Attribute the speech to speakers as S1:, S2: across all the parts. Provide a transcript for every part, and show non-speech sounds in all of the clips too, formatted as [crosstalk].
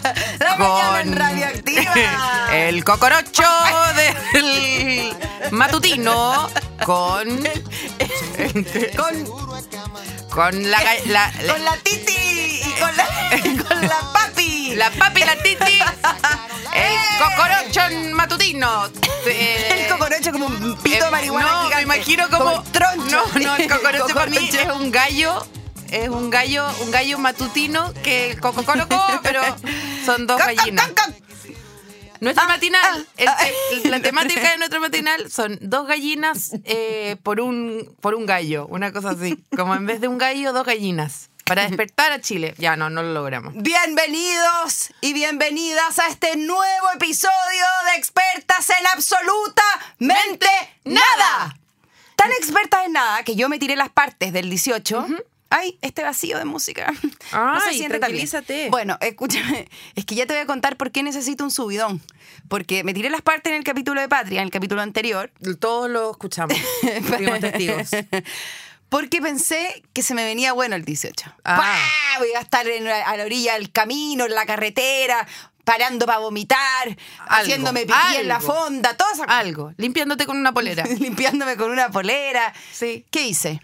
S1: [laughs] La mañana en radioactiva.
S2: El cocorocho del matutino con. Con. Con la. ga- la- la-
S1: Con la Titi y con la, y con la Papi.
S2: la papi, la titi.
S1: [laughs]
S2: El cocorocho matutino. Eh,
S1: el cocorocho como un pito
S2: eh,
S1: de marihuana
S2: No,
S1: gigante.
S2: me imagino como.
S1: [laughs] el troncho.
S2: No, no, el cocorocho para mí
S1: Cocorocho.
S2: es un gallo. Es un gallo, un gallo matutino que el cococorocó, pero son dos
S1: Coc, coc,
S2: gallinas.
S1: coc, coc. Ah,
S2: Nuestra matinal, el- el- la temática de nuestro matinal son dos gallinas eh, por, un, por un gallo, una cosa así. Como en vez de un gallo, dos gallinas. Para despertar a Chile. Ya, no, no lo logramos.
S1: Bienvenidos y bienvenidas a este nuevo episodio de Expertas en Absolutamente Nada. Tan expertas en nada que yo me tiré las partes del 18. Ay, este vacío de música. [laughs] no se
S3: Ay,
S1: siente tan bien.
S3: tranquilízate.
S1: Bueno, escúchame, es que ya te voy a contar por qué necesito un subidón. Porque me tiré las partes en el capítulo de Patria, en el capítulo anterior,
S2: Todos lo escuchamos. Fuimos
S1: [laughs]
S2: testigos.
S1: Porque pensé que se me venía bueno el 18.
S2: Ah.
S1: ¡Pah! Voy a estar en la- a la orilla del camino, en la carretera, parando para vomitar, haciéndome pipí en la
S2: algo. Ah,
S1: fonda, todo eso.
S2: Algo. Limpiándote con una polera.
S1: [laughs] Limpiándome con una polera.
S2: Sí.
S1: ¿Qué hice?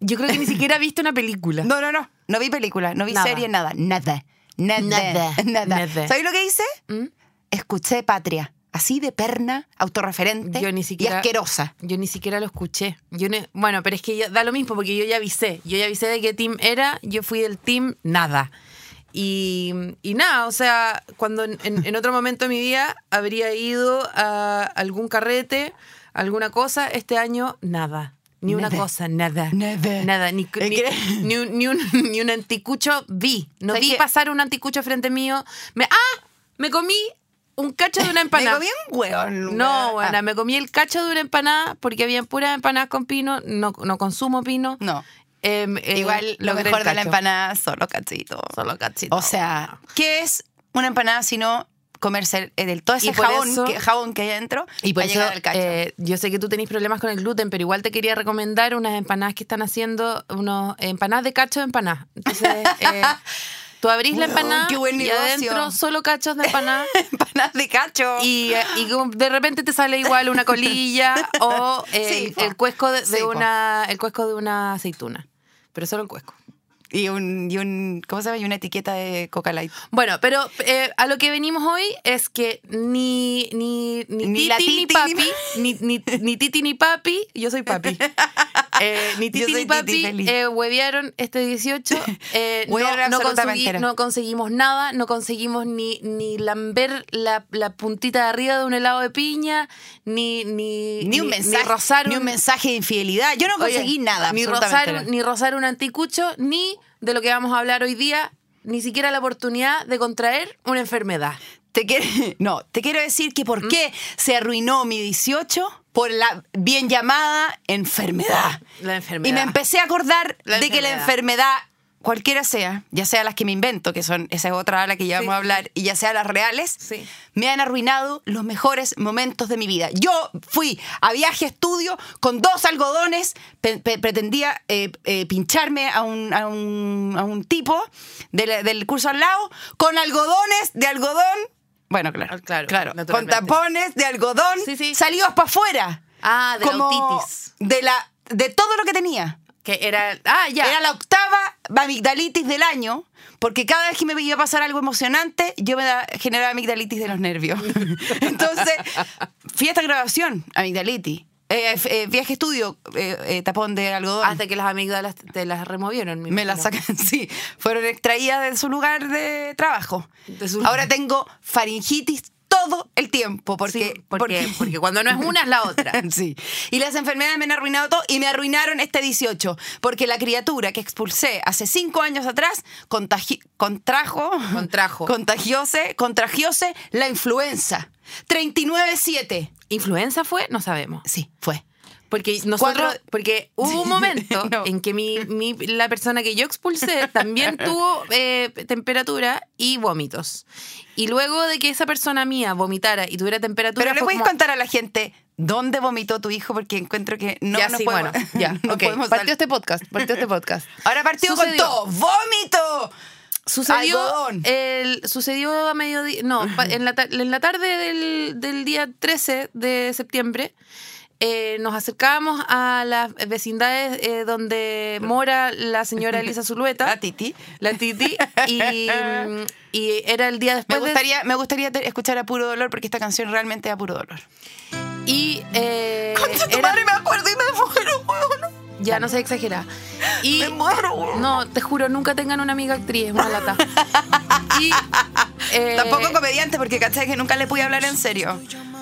S2: Yo creo que ni siquiera viste una película.
S1: No, no, no. No vi película, no vi
S2: Nada.
S1: serie, nada. Nada. Nada. [laughs] Nada.
S2: Nada. Nada.
S1: ¿Sabes lo que hice?
S2: ¿Mm?
S1: Escuché Patria. Así de perna, autorreferente
S2: Yo ni siquiera.
S1: y asquerosa.
S2: Yo ni siquiera lo escuché. Yo ne- bueno, pero es que ya- da lo mismo porque yo ya avisé. Yo ya avisé de qué team era. Yo fui del team nada. Y, y nada, o sea, cuando en, en- en otro momento de mi vida habría ido a algún carrete, alguna cosa, este año nada. Ni una
S1: Nada.
S2: cosa, nada.
S1: Nada.
S2: Nada. Ni,
S1: ¿Eh,
S2: ni-
S1: crees?
S2: ni un, [laughs] ni un- ni un anticucho vi. No
S1: ¿Sabes
S2: vi
S1: qué?
S2: pasar un anticucho frente mío. Me, ¡Ah! Me comí un cacho de una
S1: [laughs] Me
S2: empanada.
S1: comí un hueón.
S2: No,
S1: weón.
S2: buena, me comí el cacho de una empanada porque había puras empanadas con pino, no, no consumo pino.
S1: No.
S2: Em, eh,
S1: Igual lo
S2: logré
S1: mejor
S2: el
S1: de la
S2: cacho.
S1: empanada, solo cachito.
S2: Solo cachito.
S1: O sea, ¿qué es una empanada si no comerse el, el- todo ese
S2: Y por
S1: jabón,
S2: eso-
S1: que, jabón que hay adentro
S2: y por
S1: para
S2: eso,
S1: llegar al cacho?
S2: eh, yo sé que tú tenés problemas con el gluten, pero igual te quería recomendar unas empanadas que están haciendo, unos empanadas de cacho de empanada. Entonces,
S1: [laughs]
S2: eh, tú abrís la
S1: Weón,
S2: empanada
S1: qué buen
S2: y
S1: negocio.
S2: adentro solo cachos de empanada.
S1: [laughs] [laughs] Empanadas de cacho.
S2: Y, eh, y como de repente te sale igual una colilla o el,
S1: [laughs] Sí, po.
S2: el cuesco de, de
S1: Sí, po.
S2: una el cuesco de una aceituna, pero solo el cuesco.
S1: Y un, y un, ¿cómo se llama? Y una etiqueta de Coca Light.
S2: Bueno, pero eh, a lo que venimos hoy es que ni ni ni, titi,
S1: Ni la
S2: ni
S1: titi, ni
S2: papi, [laughs] ni, ni, ni titi ni papi, yo soy
S1: [laughs]
S2: papi. Eh, ni
S1: Yo
S2: Titi
S1: soy
S2: ni
S1: Titi,
S2: Papi
S1: feliz.
S2: eh, huevearon este
S1: [laughs]
S2: 18. eh, no,
S1: Huevearon
S2: no
S1: absolutamente
S2: conseguí-
S1: entero.
S2: no conseguimos nada, no conseguimos ni, ni lamber la, la puntita de arriba de un helado de piña, ni, ni,
S1: Ni un mensaje.
S2: ni rozar
S1: ni un mensaje de infidelidad. Yo no
S2: Oye,
S1: conseguí nada.
S2: Ni
S1: absolutamente
S2: rozar,
S1: nada.
S2: ni rozar un anticucho, ni de lo que vamos a hablar hoy día, ni siquiera la oportunidad de contraer una enfermedad.
S1: Te quiero, no, te quiero decir que
S2: ¿Mm?
S1: por qué se arruinó mi 18 por la bien llamada enfermedad.
S2: La enfermedad.
S1: Y me empecé a acordar
S2: La
S1: de que la enfermedad, cualquiera sea, ya sea las que me invento, que son esa es otra a la que ya
S2: Sí,
S1: vamos a
S2: sí,
S1: hablar, y ya sea las reales,
S2: Sí.
S1: me han arruinado los mejores momentos de mi vida. Yo fui a viaje a estudio con dos algodones, pe- pe- pretendía eh, eh, pincharme a un, a un- a un tipo de la- del curso al lado con algodones de algodón. Bueno, claro.
S2: Ah, claro,
S1: con
S2: naturalmente.
S1: tapones de algodón
S2: Sí, sí.
S1: salidos para afuera.
S2: Ah, de la
S1: Como
S2: otitis.
S1: De, la, de todo lo que tenía.
S2: Que era. Ah, ya.
S1: Era la octava amigdalitis del año, porque cada vez que me iba a pasar algo emocionante, yo me da- generaba amigdalitis de los nervios. [laughs] Entonces, fiesta grabación, amigdalitis. Eh, f- eh, viaje estudio, eh, eh, tapón de algodón.
S2: Hasta que las amígdalas te las removieron.
S1: me la
S2: imagino.
S1: sacan, [laughs] sí. Fueron extraídas de su lugar de trabajo.
S2: De su-
S1: Ahora tengo faringitis todo el tiempo. Porque,
S2: Sí, porque, porque, cuando no es una es la
S1: [laughs]
S2: otra.
S1: Sí. Y las enfermedades me han arruinado todo y me arruinaron este 18, porque la criatura que expulsé hace cinco años atrás contagi- contrajo,
S2: Contrajo.
S1: [laughs] contagióse, contagióse la influenza. 39-7.
S2: ¿Influenza fue? No sabemos.
S1: Sí, fue.
S2: Porque nosotros,
S1: Cuatro-
S2: porque hubo un momento
S1: [laughs] No.
S2: en que mi, mi- la persona que yo expulsé
S1: [laughs]
S2: también tuvo eh, temperatura y vómitos. Y luego de que esa persona mía vomitara y tuviera temperatura,
S1: Pero le
S2: fue
S1: puedes
S2: como-
S1: contar a la gente dónde vomitó tu hijo, porque encuentro que no
S2: ya,
S1: nos
S2: sí,
S1: podemos- [laughs]
S2: bueno, ya,
S1: no
S2: ok.
S1: podemos
S2: Partió
S1: dar-
S2: este podcast, partió este podcast.
S1: [laughs] Ahora partió con
S2: Sucedió.
S1: todo. ¡Vómito!
S2: Sucedió,
S1: Algodón.
S2: el, sucedió a mediodía, no, pa- en la, ta- en la tarde del, del día 13 de septiembre. eh, nos acercábamos a las vecindades eh, donde mora la señora
S1: [laughs]
S2: Elisa Zulueta.
S1: Ah, Titi.
S2: la Titi
S1: [laughs]
S2: y, mm, y era el día
S1: Me
S2: después de-
S1: gustaría, me gustaría te- escuchar a puro dolor porque esta canción realmente es a puro dolor.
S2: y eh,
S1: Concha tu
S2: era-
S1: madre, me acuerdo y me muero, weón.
S2: ya no se exagera y
S1: Me muero, weón.
S2: no te juro nunca tengan una amiga actriz es una lata y, eh,
S1: Tampoco comediante, porque cachai que nunca le pude hablar en serio.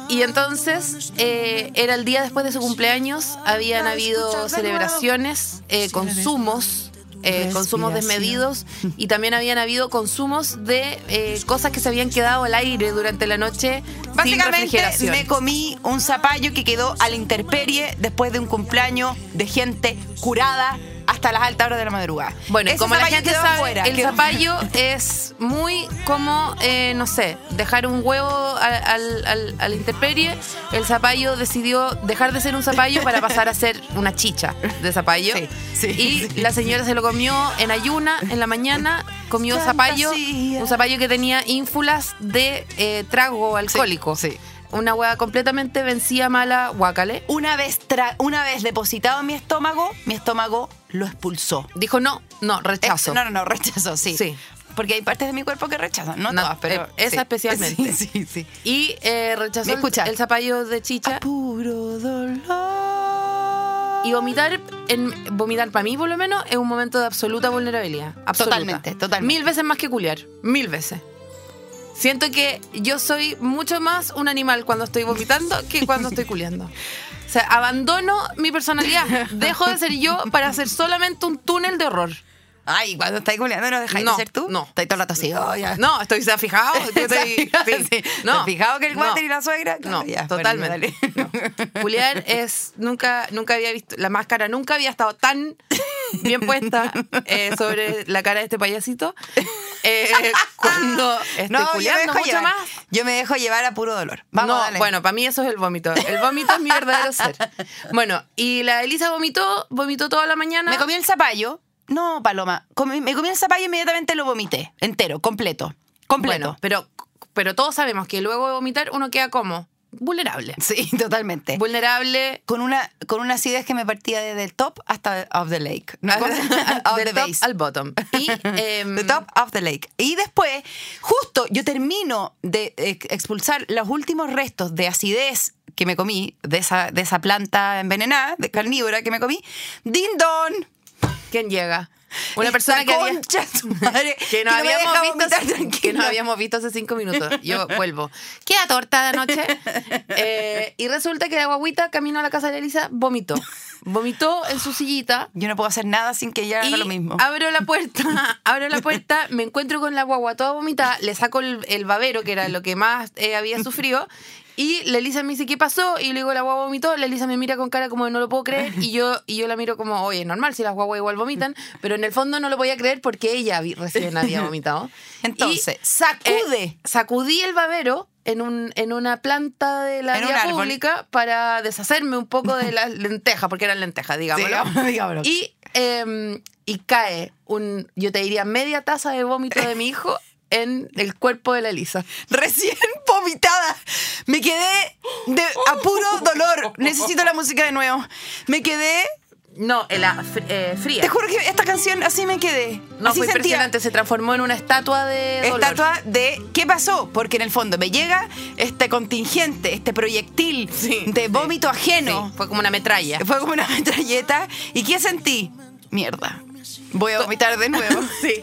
S2: y entonces eh, era el día después de su cumpleaños habían habido celebraciones eh, consumos eh, consumos desmedidos y también habían habido consumos de eh, cosas que se habían quedado al aire durante la noche sin
S1: Básicamente
S2: refrigeración.
S1: me comí un zapallo que quedó a la intemperie después de un cumpleaños de gente curada hasta las altas horas de la madrugada.
S2: Bueno, y
S1: Ese
S2: como la
S1: zapallo
S2: gente
S1: quedó
S2: sabe,
S1: afuera,
S2: el
S1: quedó-
S2: zapallo es muy como, eh, no sé, dejar un huevo al, al, al- a la intemperie. El zapallo decidió dejar de ser un zapallo para pasar a ser una chicha de zapallo.
S1: Sí, sí,
S2: y la señora se lo comió en ayuna, en la mañana, comió zapallo,
S1: Fantasía.
S2: un zapallo que tenía ínfulas de eh, trago alcohólico.
S1: sí.
S2: Una hueá completamente vencida, mala, guacale.
S1: Una vez, tra- una vez depositado en mi estómago, mi estómago lo expulsó.
S2: Dijo no, no, rechazo.
S1: Eh, No, no, no, rechazo, sí.
S2: Sí.
S1: Porque hay partes de mi cuerpo que rechazan, no,
S2: No,
S1: todas, pero.
S2: eh, esa
S1: sí. [laughs]
S2: especialmente.
S1: Sí, sí, sí.
S2: Y eh, rechazó
S1: ¿Me
S2: el,
S1: escuchas?
S2: el zapallo de chicha.
S1: A puro dolor.
S2: Y vomitar, en, vomitar para mí por lo menos, es un momento de absoluta vulnerabilidad. Absoluta.
S1: Totalmente, totalmente.
S2: Mil veces más que culiar. Mil veces. Siento que yo soy mucho más un animal cuando estoy vomitando que cuando estoy culiando. O sea, abandono mi personalidad. Dejo de ser yo para ser solamente un túnel de horror.
S1: Ay, cuando estáis culiando no dejáis
S2: No,
S1: de ser tú.
S2: no.
S1: Estáis todo el rato así. oh, ya.
S2: No, estoy ¿se ha fijado. que
S1: [laughs]
S2: estoy- sí,
S1: No. fijado que el
S2: no.
S1: water y la suegra? Claro,
S2: No,
S1: ya,
S2: totalmente.
S1: bueno, dale. [laughs]
S2: No. Julián es nunca nunca había visto la máscara nunca había estado tan bien puesta eh, sobre la cara de este payasito eh,
S1: [laughs]
S2: cuando este estoy
S1: No, yo me,
S2: culiando
S1: dejo
S2: mucho
S1: llevar,
S2: más.
S1: yo me dejo llevar a puro dolor. Vamos,
S2: no,
S1: dale.
S2: bueno, para mí eso es el vómito. El vómito es mi verdadero ser. Bueno, y la Elisa vomitó, vomitó toda la mañana.
S1: Me comí el zapallo. No, Paloma. comí- me comí el zapallo y inmediatamente lo vomité. Entero, completo. Completo.
S2: Bueno, pero, pero todos sabemos que luego de vomitar uno queda como vulnerable.
S1: sí, [laughs] totalmente.
S2: Vulnerable,
S1: Con una, con una acidez que me partía desde el top hasta of the lake.
S2: [laughs]
S1: Una [laughs] cosa- of
S2: del
S1: the
S2: top
S1: base.
S2: al bottom.
S1: [laughs]
S2: Y, em,
S1: The top of the lake. Y después, justo yo termino de ex- expulsar los últimos restos de acidez que me comí, de esa, de esa planta envenenada, de carnívora que me comí. ¡Dindon!
S2: ¿Quién llega? Una persona que, había- [laughs] que no habíamos visto, que no habíamos visto hace cinco minutos. Yo vuelvo. Queda torta de [laughs] noche. Eh, y resulta que la guaguita camino a la casa de Elisa vomitó. Vomitó en su sillita.
S1: Yo no puedo hacer nada sin que ella
S2: Y
S1: haga lo mismo.
S2: abro la
S1: [laughs]
S2: puerta, abro la puerta, me encuentro con la guagua toda vomitada, le saco el, el babero, que era lo que más eh,
S1: [laughs]
S2: había sufrido, y la Elisa me dice, ¿qué pasó? Y le digo, la guagua vomitó, la Elisa me mira con cara como de no lo puedo creer, y yo, y yo la miro como, oye, es normal si las guaguas igual vomitan, pero en el fondo no lo podía creer porque ella vi- recién había vomitado.
S1: [laughs] Entonces,
S2: Y,
S1: sacude.
S2: eh, sacudí el babero. En, un, en una planta de la
S1: En un
S2: vía
S1: árbol.
S2: pública para deshacerme un poco de
S1: [laughs]
S2: las lentejas, porque eran lentejas, [laughs] digámoslo.
S1: Digámoslo, digámoslo.
S2: Y, eh, y cae un, yo te diría, media taza de vómito de mi hijo en el cuerpo de la Elisa.
S1: Recién [laughs] vomitada. Me quedé de, a puro dolor. Necesito la música de nuevo. Me quedé.
S2: No, en la fr- eh, fría.
S1: Te juro que esta canción así me quedé.
S2: no,
S1: así
S2: fue
S1: sentía.
S2: impresionante. Se transformó en una estatua de dolor.
S1: Estatua de ¿qué pasó? Porque en el fondo me llega este contingente, este proyectil
S2: Sí,
S1: de
S2: sí.
S1: vómito
S2: Sí,
S1: ajeno.
S2: fue como una metralla.
S1: Fue como una [laughs] metralleta. ¿Y qué sentí? Mierda. Voy a vomitar de nuevo.
S2: [laughs] Sí,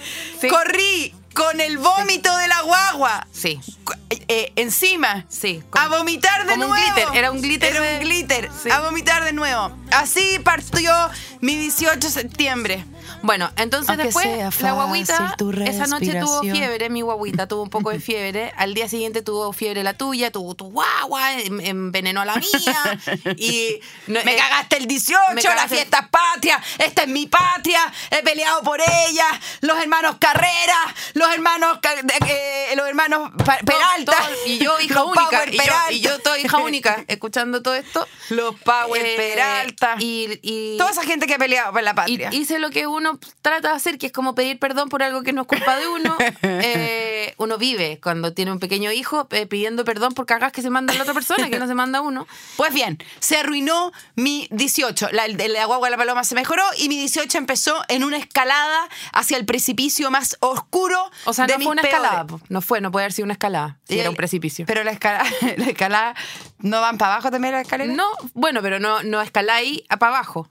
S2: sí.
S1: Corrí con el vómito de la guagua.
S2: Sí,
S1: Cu- eh, eh, encima.
S2: sí.
S1: a vomitar de
S2: como un
S1: nuevo.
S2: glitter, era un glitter
S1: Era
S2: de-
S1: un glitter.
S2: Sí.
S1: A vomitar de nuevo. Así partió mi 18 de septiembre.
S2: Bueno, entonces
S1: Aunque
S2: después
S1: sea
S2: la
S1: fácil
S2: guaguita,
S1: tu
S2: esa noche tuvo
S1: respiración.
S2: fiebre, mi guaguita tuvo un poco de fiebre, al día siguiente tuvo fiebre la tuya, tuvo tu guagua, em- envenenó a la
S1: [laughs]
S2: mía y... no,
S1: Me
S2: eh,
S1: cagaste el 18,
S2: me cagaste
S1: las fiestas patrias, esta es mi patria, he peleado por ella, los hermanos Carrera, los hermanos Ca- de- eh, los hermanos Pa-
S2: todo-
S1: Peralta.
S2: todo- y
S1: [laughs]
S2: yo hija
S1: los
S2: única,
S1: Power
S2: y yo, y yo
S1: Peralta.
S2: toda hija única, escuchando todo esto.
S1: Los Power
S2: Eh,
S1: Peralta.
S2: Y, y-
S1: Toda esa gente que ha peleado por la patria.
S2: Y hice lo que uno trata de hacer, que es como pedir perdón por algo que no es culpa de
S1: [laughs]
S2: uno. Eh, uno vive cuando tiene un pequeño hijo eh, pidiendo perdón por cagas que se manda la otra persona, que no se manda uno.
S1: Pues bien, se arruinó mi 18. La, el de la guagua de la paloma se mejoró y mi 18 empezó en una escalada hacia el precipicio más oscuro.
S2: O sea,
S1: de
S2: no
S1: mis
S2: fue una
S1: peores.
S2: escalada. po. No fue, no puede haber sido una escalada. si
S1: Y
S2: era
S1: el-
S2: un precipicio.
S1: Pero la escalada, [laughs] la escalada no van para abajo también la escalera.
S2: no, bueno, pero no, no escaláis para abajo.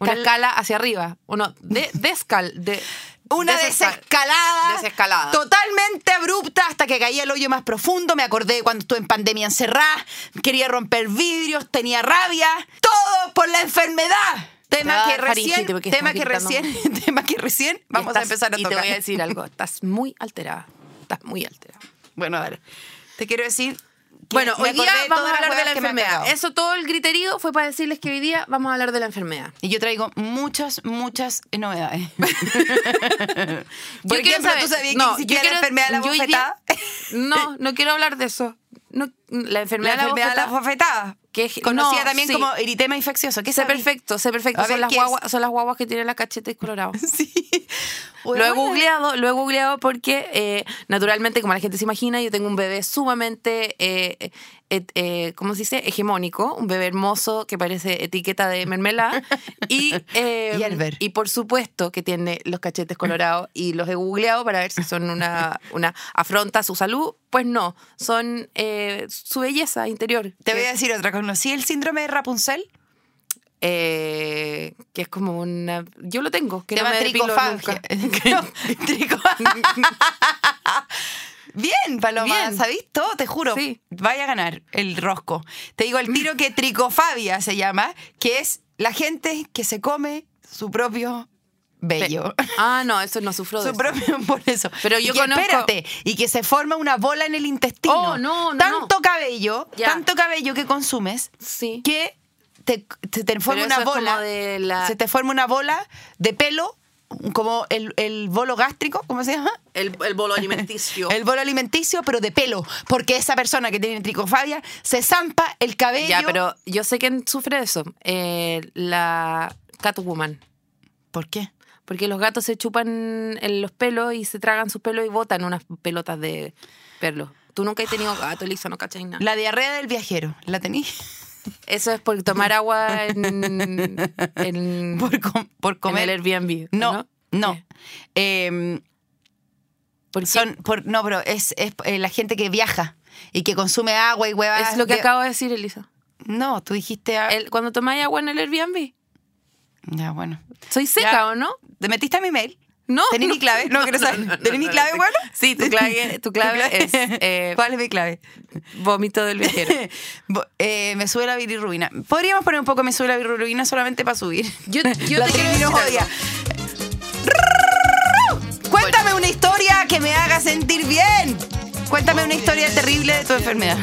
S2: Una
S1: Escal-
S2: escala hacia arriba. Uno, de, descal. De,
S1: Una
S2: desescal-
S1: desescalada,
S2: Desescalada.
S1: totalmente abrupta hasta que caía el hoyo más profundo. Me acordé cuando estuve en pandemia encerrada, quería romper vidrios, tenía rabia, todo por la enfermedad.
S2: va a
S1: Tema que
S2: dar
S1: recién,
S2: faringite porque
S1: tema que
S2: estás gritando
S1: recién, [laughs] tema que recién
S2: Y
S1: vamos a
S2: estás-
S1: empezar a
S2: y
S1: tocar.
S2: te voy a decir algo. Estás muy alterada. Estás muy alterada.
S1: Bueno, dale. Te quiero decir. que
S2: [laughs] Bueno,
S1: me
S2: hoy día
S1: acordé
S2: vamos
S1: todas
S2: a hablar
S1: las
S2: de
S1: huevas
S2: la
S1: que me han
S2: enfermedad.
S1: cagado.
S2: Eso todo el griterío fue para decirles que hoy día vamos a hablar de la enfermedad.
S1: Y yo traigo muchas, muchas
S2: [laughs]
S1: novedades. Por
S2: Yo quiero
S1: ejemplo,
S2: saber-
S1: ¿tú sabías
S2: no,
S1: que
S2: yo
S1: existía
S2: quiero-
S1: la enfermedad de la
S2: yo hoy
S1: bofetada?
S2: día- no, no quiero hablar de eso. No, la
S1: La
S2: enfermedad, de
S1: enfermedad de la bofetada.
S2: Que es-
S1: Conocida
S2: no,
S1: también
S2: sí.
S1: como eritema infeccioso. ¿Qué
S2: Sé
S1: sabes?
S2: perfecto, sé perfecto.
S1: A
S2: Son,
S1: ver,
S2: las
S1: ¿qué es?
S2: guaguas, son las guaguas que tienen las cachetes coloradas.
S1: Sí.
S2: Lo he
S1: Huevona.
S2: googleado, lo he googleado porque eh, naturalmente, como la gente se imagina, yo tengo un bebé sumamente, eh, eh, eh, ¿cómo se dice? Hegemónico, un bebé hermoso que parece etiqueta de mermelada.
S1: [laughs]
S2: y, eh,
S1: Y Elber.
S2: y por supuesto que tiene los cachetes colorados y los he googleado para ver si son una, una afronta a su salud. Pues no, son eh, su belleza interior.
S1: Te
S2: que-
S1: voy a decir otra. ¿Conocí el síndrome de Rapunzel?
S2: eh, que es como una... Yo lo tengo, que
S1: Se
S2: no me
S1: llama
S2: depilo
S1: tricofagia.
S2: nunca.
S1: [laughs]
S2: [laughs]
S1: No, trico- Bien, Paloma,
S2: Bien.
S1: ¿sabís todo? Te juro.
S2: Sí. Mm.
S1: Vaya a ganar el rosco. Te digo el tiro que tricofabia se llama, que es la gente que se come su propio vello.
S2: Ah, no, eso no sufro de
S1: Su
S2: eso.
S1: propio, [laughs] por eso.
S2: Pero
S1: Y
S2: yo
S1: que,
S2: conozco-
S1: Espérate, y que se forma una bola en el intestino.
S2: Oh, no, no,
S1: Tanto
S2: no.
S1: cabello,
S2: Ya.
S1: tanto cabello que consumes,
S2: Sí.
S1: que te, te- te forma
S2: Pero
S1: una
S2: eso es como
S1: bola.
S2: de la-
S1: Se te forma una bola de pelo, como el, el bolo gástrico, ¿cómo se llama?
S2: El, el bolo alimenticio.
S1: [laughs] El bolo alimenticio, pero de pelo. Porque esa persona que tiene tricofabia se zampa el cabello.
S2: ya, pero yo sé quién sufre de eso. Eh, la Catwoman.
S1: ¿Por qué?
S2: Porque los gatos se chupan en los pelos y se tragan sus pelos y botan unas pelotas de pelo. Tú nunca has tenido gato, Elisa, no cachai nada.
S1: La diarrea del viajero, ¿la tení?
S2: Eso es por tomar agua en, en-
S1: [laughs] Por, com- por
S2: en
S1: comer.
S2: el Airbnb.
S1: no, no.
S2: ¿Qué?
S1: Em,
S2: Porque
S1: son por, no, pero es, es, eh, la gente que viaja y que consume agua y huevas.
S2: es lo que
S1: de-
S2: acabo de decir, Elisa.
S1: No, tú dijiste. a-
S2: El- cuando tomáis agua en el Airbnb,
S1: Ya, bueno.
S2: soy seca,
S1: Ya.
S2: ¿o no?
S1: ¿Te metiste a mi mail?
S2: No.
S1: ¿Tenés
S2: no.
S1: mi clave? No, quiero saber. ¿Tenés mi clave, bueno?
S2: Sí, tu
S1: [laughs]
S2: clave, tu clave es eh,
S1: ¿Cuál es mi clave?
S2: vómito del viajero.
S1: [laughs] Bo- eh, me sube la bilirrubina. Podríamos poner un poco me sube la bilirrubina solamente para subir.
S2: [laughs] Yo, yo
S1: [laughs] La
S2: te quiero decir
S1: termino
S2: algo.
S1: jodida. Cuéntame una historia que me haga sentir bien. Cuéntame una historia terrible de tu enfermedad.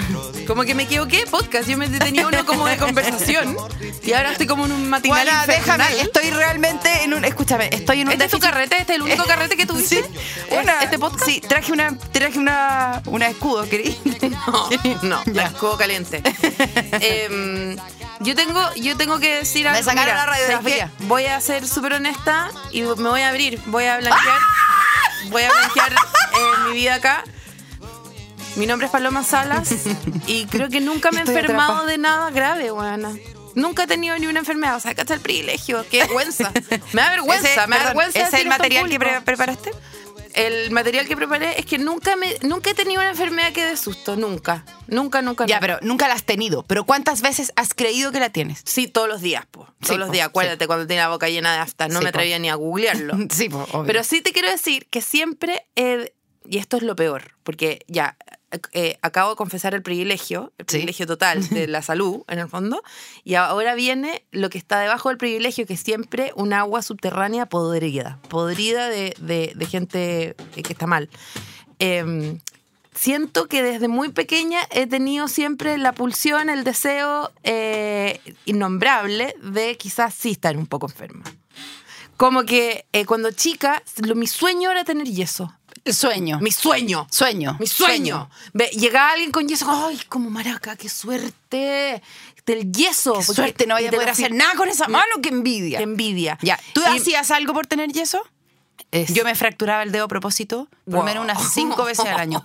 S2: Como que me equivoqué, podcast. Yo me tenía uno como de conversación y ahora estoy como en un matinal
S1: Juana,
S2: infernal.
S1: déjame, Este estoy realmente en un. Escúchame, estoy en un.
S2: ¿Este es tu
S1: déficit-
S2: carrete? ¿Este es el único carrete que tuviste?
S1: eh, Sí,
S2: ¿Es
S1: una-
S2: ¿Este podcast?
S1: Sí, traje una, traje una, una escudo, querido.
S2: [laughs] No, no, la escoba
S1: [laughs]
S2: caliente. Em, yo tengo, yo tengo que decir algo.
S1: sacaron
S2: mira,
S1: la radiografía.
S2: ¿sabes qué? Voy a ser súper honesta y me voy a abrir. Voy a blanquear.
S1: [laughs]
S2: Voy a blanquear eh, mi vida acá. Mi nombre es Paloma Salas
S1: [laughs]
S2: y creo que nunca me he
S1: Estoy
S2: enfermado
S1: atrapada.
S2: de nada grave, buena. Nunca he tenido ni una enfermedad. O sea, cacha el privilegio. Qué vergüenza. Me da vergüenza,
S1: [laughs] Ese-
S2: me da
S1: perdón,
S2: vergüenza.
S1: ¿Ese es el
S2: decir esto en
S1: material que
S2: público.
S1: pre- preparaste?
S2: el material que preparé es que nunca me nunca he tenido una enfermedad que dé susto, nunca. Nunca, nunca.
S1: Ya,
S2: nunca.
S1: pero nunca la has tenido. Pero ¿cuántas veces has creído que la tienes?
S2: Sí, todos los días, po. Todos
S1: Sí,
S2: los
S1: po,
S2: días, acuérdate, cuando tenía la boca llena de aftas, no
S1: Sí,
S2: me
S1: po.
S2: atrevía ni a
S1: [laughs]
S2: googlearlo.
S1: Sí, po, obvio.
S2: Pero sí te quiero decir que siempre, he- y esto es lo peor, porque ya eh, acabo de confesar el privilegio, el
S1: Sí.
S2: privilegio
S1: [laughs]
S2: total de la salud, en el fondo, y ahora viene lo que está debajo del privilegio, que es siempre un agua subterránea podrida, podrida de, de- de gente que está mal. Em, siento que desde muy pequeña he tenido siempre la pulsión, el deseo eh, innombrable de quizás sí estar un poco enferma. Como que eh, cuando chica, lo- mi sueño era tener yeso.
S1: sueño.
S2: Mi sueño.
S1: sueño.
S2: Mi sueño. Ve, llegaba alguien con yeso. ¡Ay, como maraca! ¡Qué suelte! Del yeso.
S1: Qué
S2: porque-
S1: suerte, este no vaya
S2: y
S1: a
S2: de
S1: poder
S2: la
S1: hacer
S2: fi-
S1: nada con esa mano, qué envidia.
S2: Qué envidia.
S1: Ya, ¿tú
S2: Y-
S1: hacías algo por tener yeso?
S2: es-
S1: Yo me fracturaba el dedo a propósito, por lo
S2: Wow.
S1: menos unas cinco veces al [laughs] año.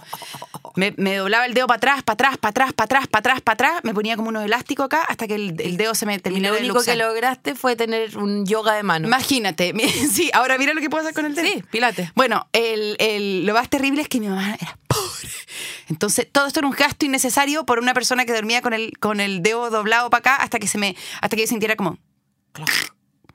S1: Me, me doblaba el dedo para atrás, para atrás, para atrás, para atrás, para atrás, para atrás. Me ponía como unos elásticos acá hasta que el, el dedo se me
S2: y
S1: terminó
S2: lo
S1: de
S2: único que
S1: luxar.
S2: lograste fue tener un yoga de mano.
S1: Imagínate. [laughs] Sí, ahora mira lo que puedo hacer con el dedo.
S2: Sí, pilates.
S1: Bueno, el- el- lo más terrible es que mi mamá era pobre. Entonces, todo esto era un gasto innecesario por una persona que dormía con el, con el dedo doblado para acá hasta que se me hasta que yo sintiera como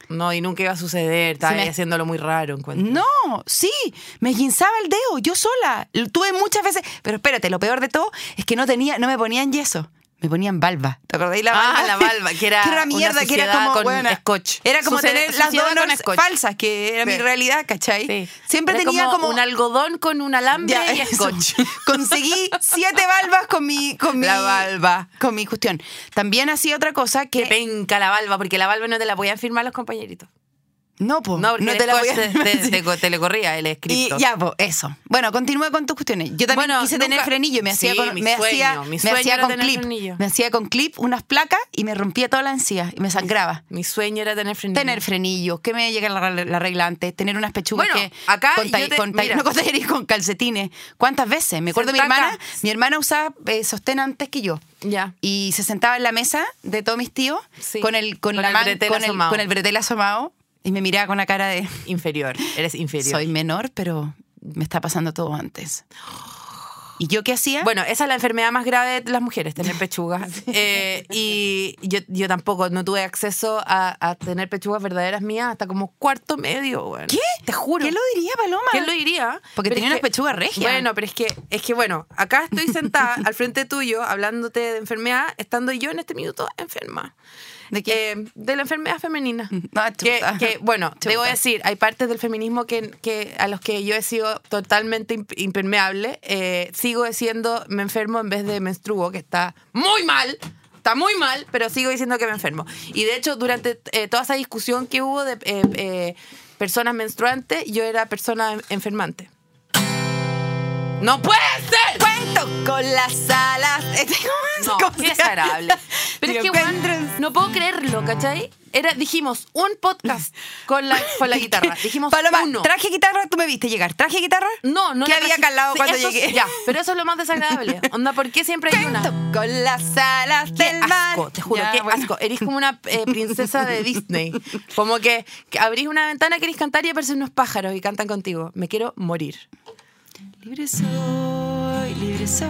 S2: No, y nunca iba a suceder. Estaba
S1: Se me-
S2: ahí haciéndolo muy raro. encuentro.
S1: No, sí, me guinzaba el dedo, yo sola. Lo tuve muchas veces. Pero espérate, lo peor de todo es que no tenía, no me ponían yeso. Me ponían valva. ¿Te acordáis la
S2: Ah,
S1: valva?
S2: la valva, que era
S1: una
S2: una
S1: mierda, [laughs] que era
S2: suciedad
S1: como.
S2: con
S1: weona,
S2: scotch.
S1: Era como
S2: Suce-
S1: tener las
S2: suciedad con
S1: donuts
S2: scotch.
S1: falsas, que era mi
S2: Sí.
S1: realidad, ¿cachai?
S2: Sí.
S1: Siempre
S2: Era
S1: tenía como.
S2: un algodón con un alambre
S1: Ya,
S2: y
S1: [laughs] eso.
S2: scotch. [laughs]
S1: Conseguí siete valvas con mi. Con mi
S2: La valva.
S1: Con mi cuestión. También hacía otra cosa
S2: Que
S1: que.
S2: penca la valva, porque la valva no te la podían firmar los compañeritos.
S1: no, po,
S2: No, porque
S1: no te la voy a [laughs]
S2: después eh, te, te- te- te le corría el
S1: Y
S2: escrito.
S1: ya, pues, eso. Bueno, continúa con tus cuestiones. Yo también
S2: Bueno,
S1: quise
S2: nunca-
S1: tener frenillo, me
S2: Sí,
S1: hacía con,
S2: mi
S1: me
S2: sueño,
S1: hacía,
S2: mi
S1: me
S2: sueño
S1: hacía
S2: era
S1: con
S2: tener
S1: clip.
S2: frenillo.
S1: Me hacía con clip unas placas y me rompía toda la encía y me sangraba.
S2: Mi sueño era tener frenillo.
S1: Tener frenillos, que me llegue la, la regla antes, tener unas pechugas
S2: Bueno,
S1: que
S2: acá
S1: con, tai-
S2: yo te-
S1: con tai-
S2: mira.
S1: no con talleres, con calcetines. ¿Cuántas veces? Me acuerdo mi
S2: Sentaca.
S1: hermana, mi hermana usaba eh, sostén antes que yo.
S2: Ya.
S1: Y se sentaba en la mesa de todos mis tíos
S2: Sí,
S1: con el con,
S2: con
S1: la
S2: el
S1: man-
S2: bretel
S1: con el,
S2: asomado.
S1: con el bretel asomado y me miraba con la cara de
S2: Inferior. Eres inferior.
S1: soy menor, pero me está pasando todo antes. ¿Y yo qué hacía?
S2: Bueno, esa es la enfermedad más grave de las mujeres,
S1: [laughs]
S2: tener pechugas. Eh, y yo, yo tampoco, no tuve acceso a, a tener pechugas verdaderas mías hasta como cuarto medio, güey.
S1: ¿Qué?
S2: Te juro.
S1: ¿Qué lo diría Paloma?
S2: ¿Quién lo diría?
S1: Porque
S2: Pero
S1: tenía
S2: es
S1: unas pechugas regias.
S2: Bueno, pero es que, es que bueno, acá estoy sentada al frente tuyo hablándote de enfermedad, estando yo en este minuto enferma.
S1: ¿De qué?
S2: Eh, de la enfermedad femenina.
S1: [laughs] Ah,
S2: que,
S1: chuta.
S2: que, bueno,
S1: Chuta.
S2: debo decir, hay partes del feminismo que, que a los que yo he sido totalmente imp- impermeable. Eh, sigo diciendo me enfermo en vez de menstruo, que está muy mal. Está muy mal, pero sigo diciendo que me enfermo. Y de hecho, durante eh, toda esa discusión que hubo de eh, eh, personas menstruantes, yo era persona en- enfermante. ¡No puede ser!
S1: Cuento con las alas. [laughs] Este,
S2: No, qué
S1: ¿Cómo se llama?
S2: desagradable. Pero es
S1: Lo
S2: que, weón,
S1: encuentras.
S2: no puedo creerlo, ¿cachai? Era, dijimos, un podcast con la, con
S1: [laughs]
S2: la guitarra. Dijimos,
S1: Paloma,
S2: uno.
S1: traje guitarra, tú me viste llegar. ¿Traje guitarra?
S2: no, no
S1: ¿Qué
S2: la
S1: había
S2: trajiste.
S1: calado
S2: Sí,
S1: cuando
S2: eso es-
S1: llegué?
S2: Ya, pero eso es lo más
S1: [laughs]
S2: desagradable. Onda, ¿por qué siempre hay
S1: Cuento
S2: una?
S1: con las alas
S2: Qué
S1: del mar.
S2: asco, te juro,
S1: Ya,
S2: qué
S1: bueno.
S2: asco. Eres como una
S1: [laughs]
S2: eh, princesa de Disney. Como que, que abrís una ventana, querés cantar y aparecen unos pájaros y cantan contigo. Me quiero morir.
S1: Libre soy, libre soy.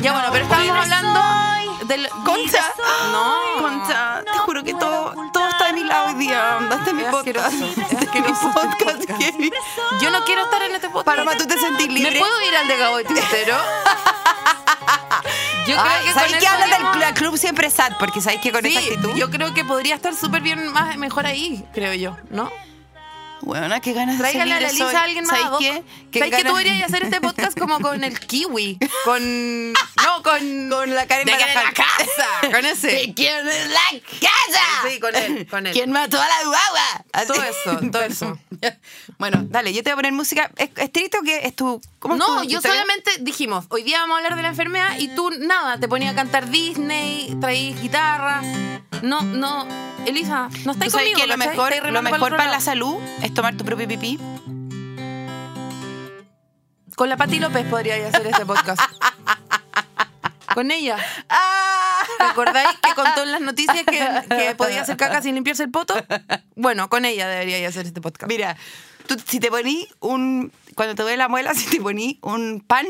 S2: Ya, bueno, pero estábamos
S1: Libre
S2: hablando del...
S1: Concha.
S2: No.
S1: Concha, te juro que todo, todo está de mi lado hoy día. Este es mi
S2: Es
S1: podcast.
S2: asqueroso, es
S1: Este es mi
S2: asqueroso
S1: podcast.
S2: podcast.
S1: que-
S2: Yo no quiero estar en este podcast.
S1: Paloma, ¿tú te sentís libre?
S2: ¿Me puedo ir al de Gabo Tintero? [laughs] yo creo
S1: Ay,
S2: que
S1: ¿Sabes
S2: con
S1: qué
S2: eso
S1: hablas del
S2: hemos-
S1: cl- club siempre sad? Porque sabes que con
S2: Sí,
S1: esa actitud.
S2: yo creo que podría estar súper bien, más, mejor ahí, creo yo, ¿no?
S1: Bueno, qué ganas de ser
S2: Tráigale a
S1: libre
S2: la Lisa
S1: soy.
S2: a alguien más.
S1: ¿Sabes
S2: ad hoc.
S1: qué? Qué
S2: ¿Sabes que tú
S1: ganas-
S2: deberías hacer este podcast como con el kiwi? Con. No, con.
S1: Con la Karen
S2: De que en la
S1: Baraján. [laughs]
S2: casa. Con ese.
S1: ¿De quién es la casa?
S2: Sí, con él, con él.
S1: ¿Quién mató a la guagua? Así.
S2: Todo [laughs] eso, todo eso.
S1: Bueno, dale, yo te voy a poner música. ¿Es, es triste o qué? ¿Es tu, ¿Cómo es
S2: No,
S1: tu
S2: yo
S1: historia?
S2: solamente dijimos, hoy día vamos a hablar de la enfermedad y tú nada, te ponía a cantar Disney, traías guitarra. No, no, Elisa, no
S1: ¿Tú
S2: estáis
S1: sabes
S2: conmigo.
S1: que lo
S2: ¿cachai?
S1: mejor,
S2: Estáis
S1: lo
S2: remando
S1: mejor
S2: el
S1: para la
S2: otro
S1: salud es tomar tu propio pipí?
S2: lado.
S1: [laughs]
S2: Con la Pati López podría hacer este podcast. Con ella.
S1: ¡Ah!
S2: ¿Te acordáis que contó en las noticias que, que podía hacer caca sin limpiarse el poto? Bueno, con ella debería yo hacer este podcast.
S1: Mira, tú, si te poní un. Cuando te duele la muela, [laughs] si te poní un pan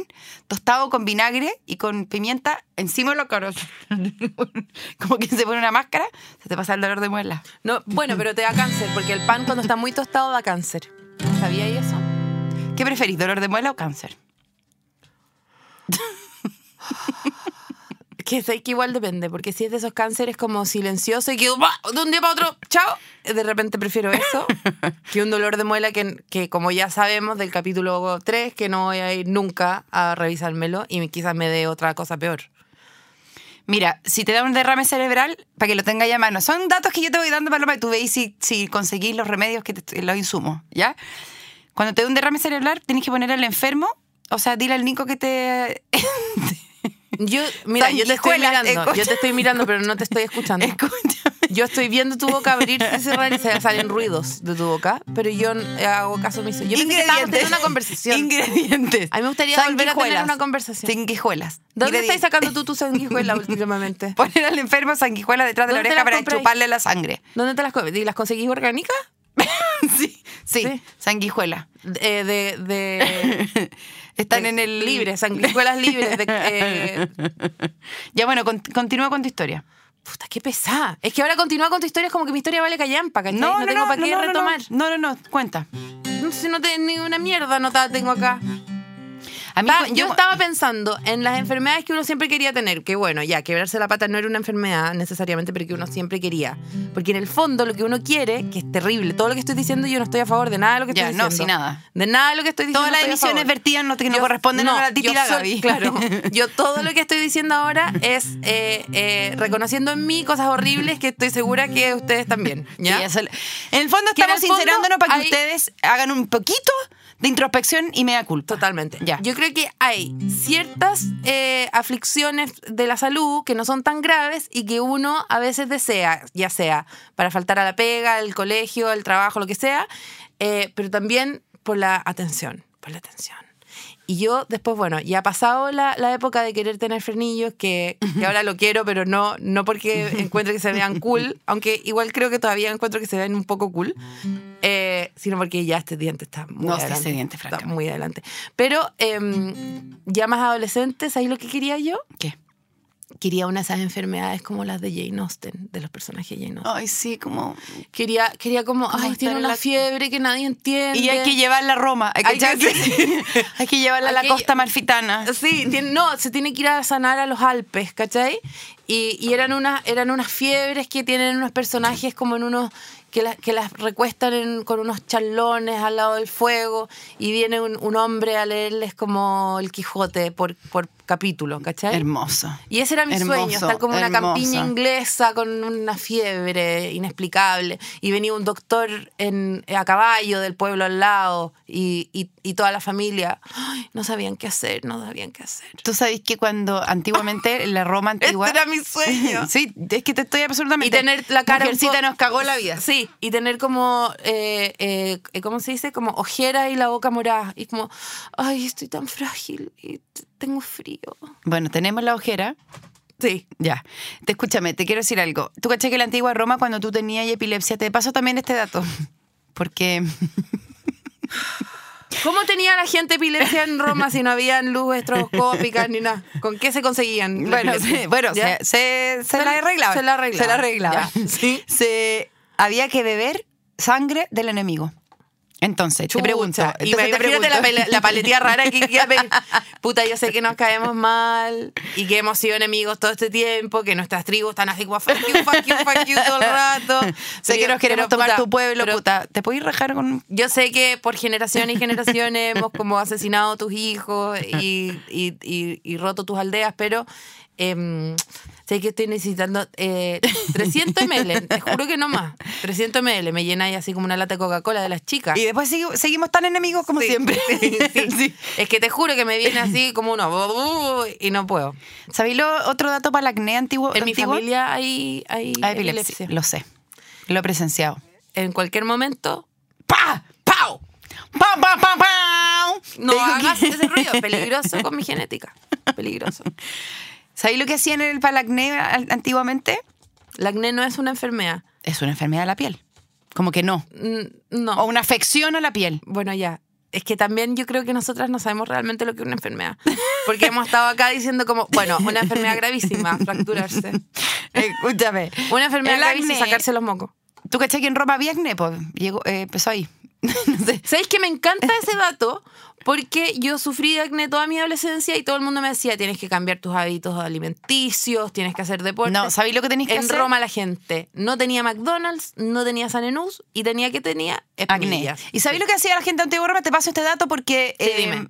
S1: tostado con vinagre y con pimienta encima de los coros. [laughs] Como que se pone una máscara, se te pasa el dolor de muela.
S2: No, bueno, pero te da cáncer, porque el pan cuando está muy tostado da cáncer. ¿Sabíais eso?
S1: ¿Qué preferís, dolor de muela o cáncer?
S2: Que sé que igual depende, porque si es de esos cánceres como silencioso y que ¡buah! de un día para otro, chao, de repente prefiero eso que un dolor de muela que, que como ya sabemos del capítulo 3, que no voy a ir nunca a revisármelo y quizás me dé otra cosa peor.
S1: Mira, si te da un derrame cerebral, para que lo tengas ya a mano. Son datos que yo te voy dando, Paloma, y tú veis si, si conseguís los remedios que te, los insumos, ¿ya? Cuando te da un derrame cerebral, tienes que poner al enfermo, o sea, dile al Nico que te... [laughs]
S2: Yo, mira, yo te estoy
S1: Sanguijuelas,
S2: mirando,
S1: escucha.
S2: yo te estoy mirando, pero no te estoy
S1: [laughs]
S2: escuchando.
S1: Escúchame.
S2: Yo estoy viendo tu boca abrirse y cerrar y se- salen ruidos de tu boca, pero yo n- hago caso omiso. Yo pensé que estábamos teniendo una conversación.
S1: Ingredientes.
S2: A mí me gustaría volver a tener
S1: Sanguijuelas.
S2: una conversación.
S1: Sanguijuelas.
S2: ¿Dónde
S1: Ingredientes.
S2: estás sacando tú tu sanguijuela
S1: [laughs]
S2: últimamente?
S1: Poner al enfermo sanguijuela detrás de la
S2: ¿Dónde te las
S1: oreja para
S2: compráis?
S1: chuparle la sangre. [laughs]
S2: ¿Dónde te las, co- y las conseguís orgánicas?
S1: sí, sí,
S2: Sí.
S1: sanguijuela.
S2: De, Eh, de,
S1: [laughs]
S2: de-
S1: Están
S2: de-
S1: en el...
S2: libre, sanguijuelas libres. de-
S1: [laughs]
S2: eh,
S1: Ya bueno, con- continúa con tu historia.
S2: puta, qué pesada. Es que ahora continúa con tu historia, es como que mi historia vale callampa, ¿cachai?
S1: No, no,
S2: tengo
S1: no,
S2: para qué
S1: no, no, no.
S2: retomar.
S1: No, no, no, cuenta.
S2: No sé, no tengo ni una mierda anotada tengo acá.
S1: A mí,
S2: Ta-
S1: cu-
S2: yo estaba pensando en las enfermedades que uno siempre quería tener. Que bueno, ya, quebrarse la pata no era una enfermedad necesariamente, pero que uno siempre quería. Porque en el fondo lo que uno quiere, que es terrible, todo lo que estoy diciendo yo no estoy a favor de nada de lo que
S1: Ya,
S2: estoy
S1: no,
S2: diciendo.
S1: sin nada.
S2: De nada de lo que estoy diciendo.
S1: Todas las
S2: estoy a
S1: emisiones
S2: favor.
S1: vertidas no, que no
S2: Yo-
S1: corresponden a la
S2: no,
S1: titi y
S2: yo
S1: la
S2: sol-
S1: Gaby. [laughs]
S2: Claro. Yo todo lo que estoy diciendo ahora es eh, eh, reconociendo en mí cosas horribles que estoy segura que ustedes también. ¿ya?
S1: Sí, eso lo- En el fondo
S2: Que en
S1: estamos
S2: el fondo
S1: sincerándonos para que
S2: hay-
S1: ustedes hagan un poquito de introspección y mea culpa.
S2: Totalmente.
S1: Ya.
S2: Yo creo que hay ciertas eh, aflicciones de la salud que no son tan graves y que uno a veces desea, ya sea para faltar a la pega, el colegio, el trabajo, lo que sea, eh, pero también por la atención, por la atención. Y yo después, bueno, ya ha pasado la, la época de querer tener frenillos, que, que ahora lo quiero, pero no, no
S1: [laughs]
S2: porque encuentre que se vean cool, aunque igual creo que todavía encuentro que se ven un poco cool, eh, sino porque ya este diente está muy
S1: No sé
S2: adelante.
S1: ese diente,
S2: está
S1: francamente.
S2: muy adelante. Pero eh, ya más adolescentes, ¿sabéis lo que quería yo?
S1: ¿Qué?
S2: Quería una de esas enfermedades como las de Jane Austen, de los personajes de Jane Austen.
S1: Ay, sí, como...
S2: Quería, quería como,
S1: Como
S2: ay,
S1: Ah. estar
S2: tiene
S1: en
S2: una
S1: la-
S2: fiebre que nadie entiende.
S1: Y hay que llevarla a Roma. Hay que,
S2: Hay que- [laughs]
S1: [laughs] hay que llevarla a la
S2: Hay que-
S1: costa marfitana.
S2: [laughs] Sí, tiene- no, se tiene que ir a sanar a los Alpes, ¿cachai? Y, y eran, unas, eran unas fiebres que tienen unos personajes como en unos. que las, que las recuestan en- con unos charlones al lado del fuego y viene un, un hombre a leerles como el Quijote por, por capítulo, ¿cachai?
S1: Hermoso.
S2: Y ese era mi
S1: Hermoso,
S2: sueño, estar como en una
S1: hermoso.
S2: campiña inglesa con una fiebre inexplicable. Y venía un doctor en, a caballo del pueblo al lado y, y- y toda la familia. Ay, no sabían qué hacer, no sabían qué hacer.
S1: Tú sabes que cuando
S2: [laughs]
S1: antiguamente la Roma antigua.
S2: Este era mi sueño.
S1: [laughs] Sí, es que te estoy absolutamente.
S2: Y tener la cara. un po-
S1: Mujercita nos cagó la vida.
S2: Sí, y tener como. eh, eh, eh, ¿Cómo se dice? Como ojeras y la boca morada. Y como, ay, estoy tan frágil y t- tengo frío.
S1: Bueno, tenemos la ojera.
S2: Sí.
S1: Ya. Te escúchame, te quiero decir algo. Tú caché que la antigua Roma, cuando tú tenías epilepsia, te paso también este dato. [laughs] Porque.
S2: ¿Cómo tenía la gente epilepsia en Roma si no había luces estroboscópicas ni nada? ¿Con qué se conseguían? la
S1: Bueno,
S2: epilepsia?
S1: se, [laughs] bueno,
S2: ¿Ya?
S1: se, se- se
S2: Se
S1: la
S2: la-
S1: arreglaba.
S2: se la arreglaba.
S1: Se la arreglaba. [laughs]
S2: Ya. Sí.
S1: Se, había que beber sangre del enemigo. Entonces, te
S2: Chucha,
S1: pregunto.
S2: ima-
S1: entonces te
S2: imagínate la, [laughs]
S1: pregunto.
S2: pele- la paletilla rara que que-
S1: [laughs]
S2: que- Puta, yo sé que nos caemos mal y que hemos sido enemigos todo este tiempo, que nuestras tribus están así como fuck you, fuck you, fuck you todo el rato.
S1: [laughs] Sé
S2: Pero-
S1: que nos queremos
S2: pero,
S1: tomar
S2: puta,
S1: tu pueblo,
S2: pero
S1: puta. ¿Te podéis rajar con un
S2: Yo sé que por generaciones y generaciones [laughs] hemos como asesinado a tus hijos y, y- y- y roto tus aldeas, pero em, sé que estoy necesitando eh, 300 ml, te juro que no más. 300 ml, me llena ahí así como una lata de Coca-Cola de las chicas.
S1: Y después sigo- seguimos tan enemigos como siempre.
S2: Ah. [laughs] Sí.
S1: [laughs] Sí.
S2: Es que te juro que me viene así como uno y no puedo.
S1: ¿Sabéis lo- otro dato para el acné antiguo?
S2: En mi
S1: antiguo?
S2: familia hay, hay
S1: Ah, epilepsia.
S2: epilepsia.
S1: Lo sé. Lo he presenciado.
S2: En cualquier momento
S1: ¡Pa! ¡Pau! ¡Pam, pam, pam, pam!
S2: no
S1: Te digo
S2: hagas
S1: que-
S2: ese ruido, peligroso con mi genética, peligroso.
S1: ¿Sabéis lo que hacían en el palacné antiguamente?
S2: La acné no es una enfermedad.
S1: Es una enfermedad de la piel. Como que no.
S2: Mm, No.
S1: O una afección a
S2: [laughs]
S1: la piel.
S2: Bueno, ya. Es que también yo creo que nosotras no sabemos realmente lo que es una enfermedad. Porque hemos estado acá diciendo como, bueno, una enfermedad gravísima,
S1: [laughs]
S2: fracturarse.
S1: Escúchame.
S2: Una enfermedad
S1: El
S2: gravísima,
S1: acné.
S2: sacarse los mocos.
S1: ¿Tú cachai que en Roma había acné? Pues llegó, eh, empezó ahí. No sé.
S2: ¿Sabéis que me encanta ese dato? Porque yo sufrí de acné toda mi adolescencia y todo el mundo me decía, tienes que cambiar tus hábitos alimenticios, tienes que hacer deporte.
S1: No, ¿sabéis lo que tenéis que
S2: en
S1: hacer?
S2: Roma la gente no tenía McDonald's, no tenía San Enús y tenía que tenía
S1: acné.
S2: espinillas.
S1: ¿Y sabéis lo que hacía la gente antiguo Roma? Te paso este dato porque.
S2: Sí, dime.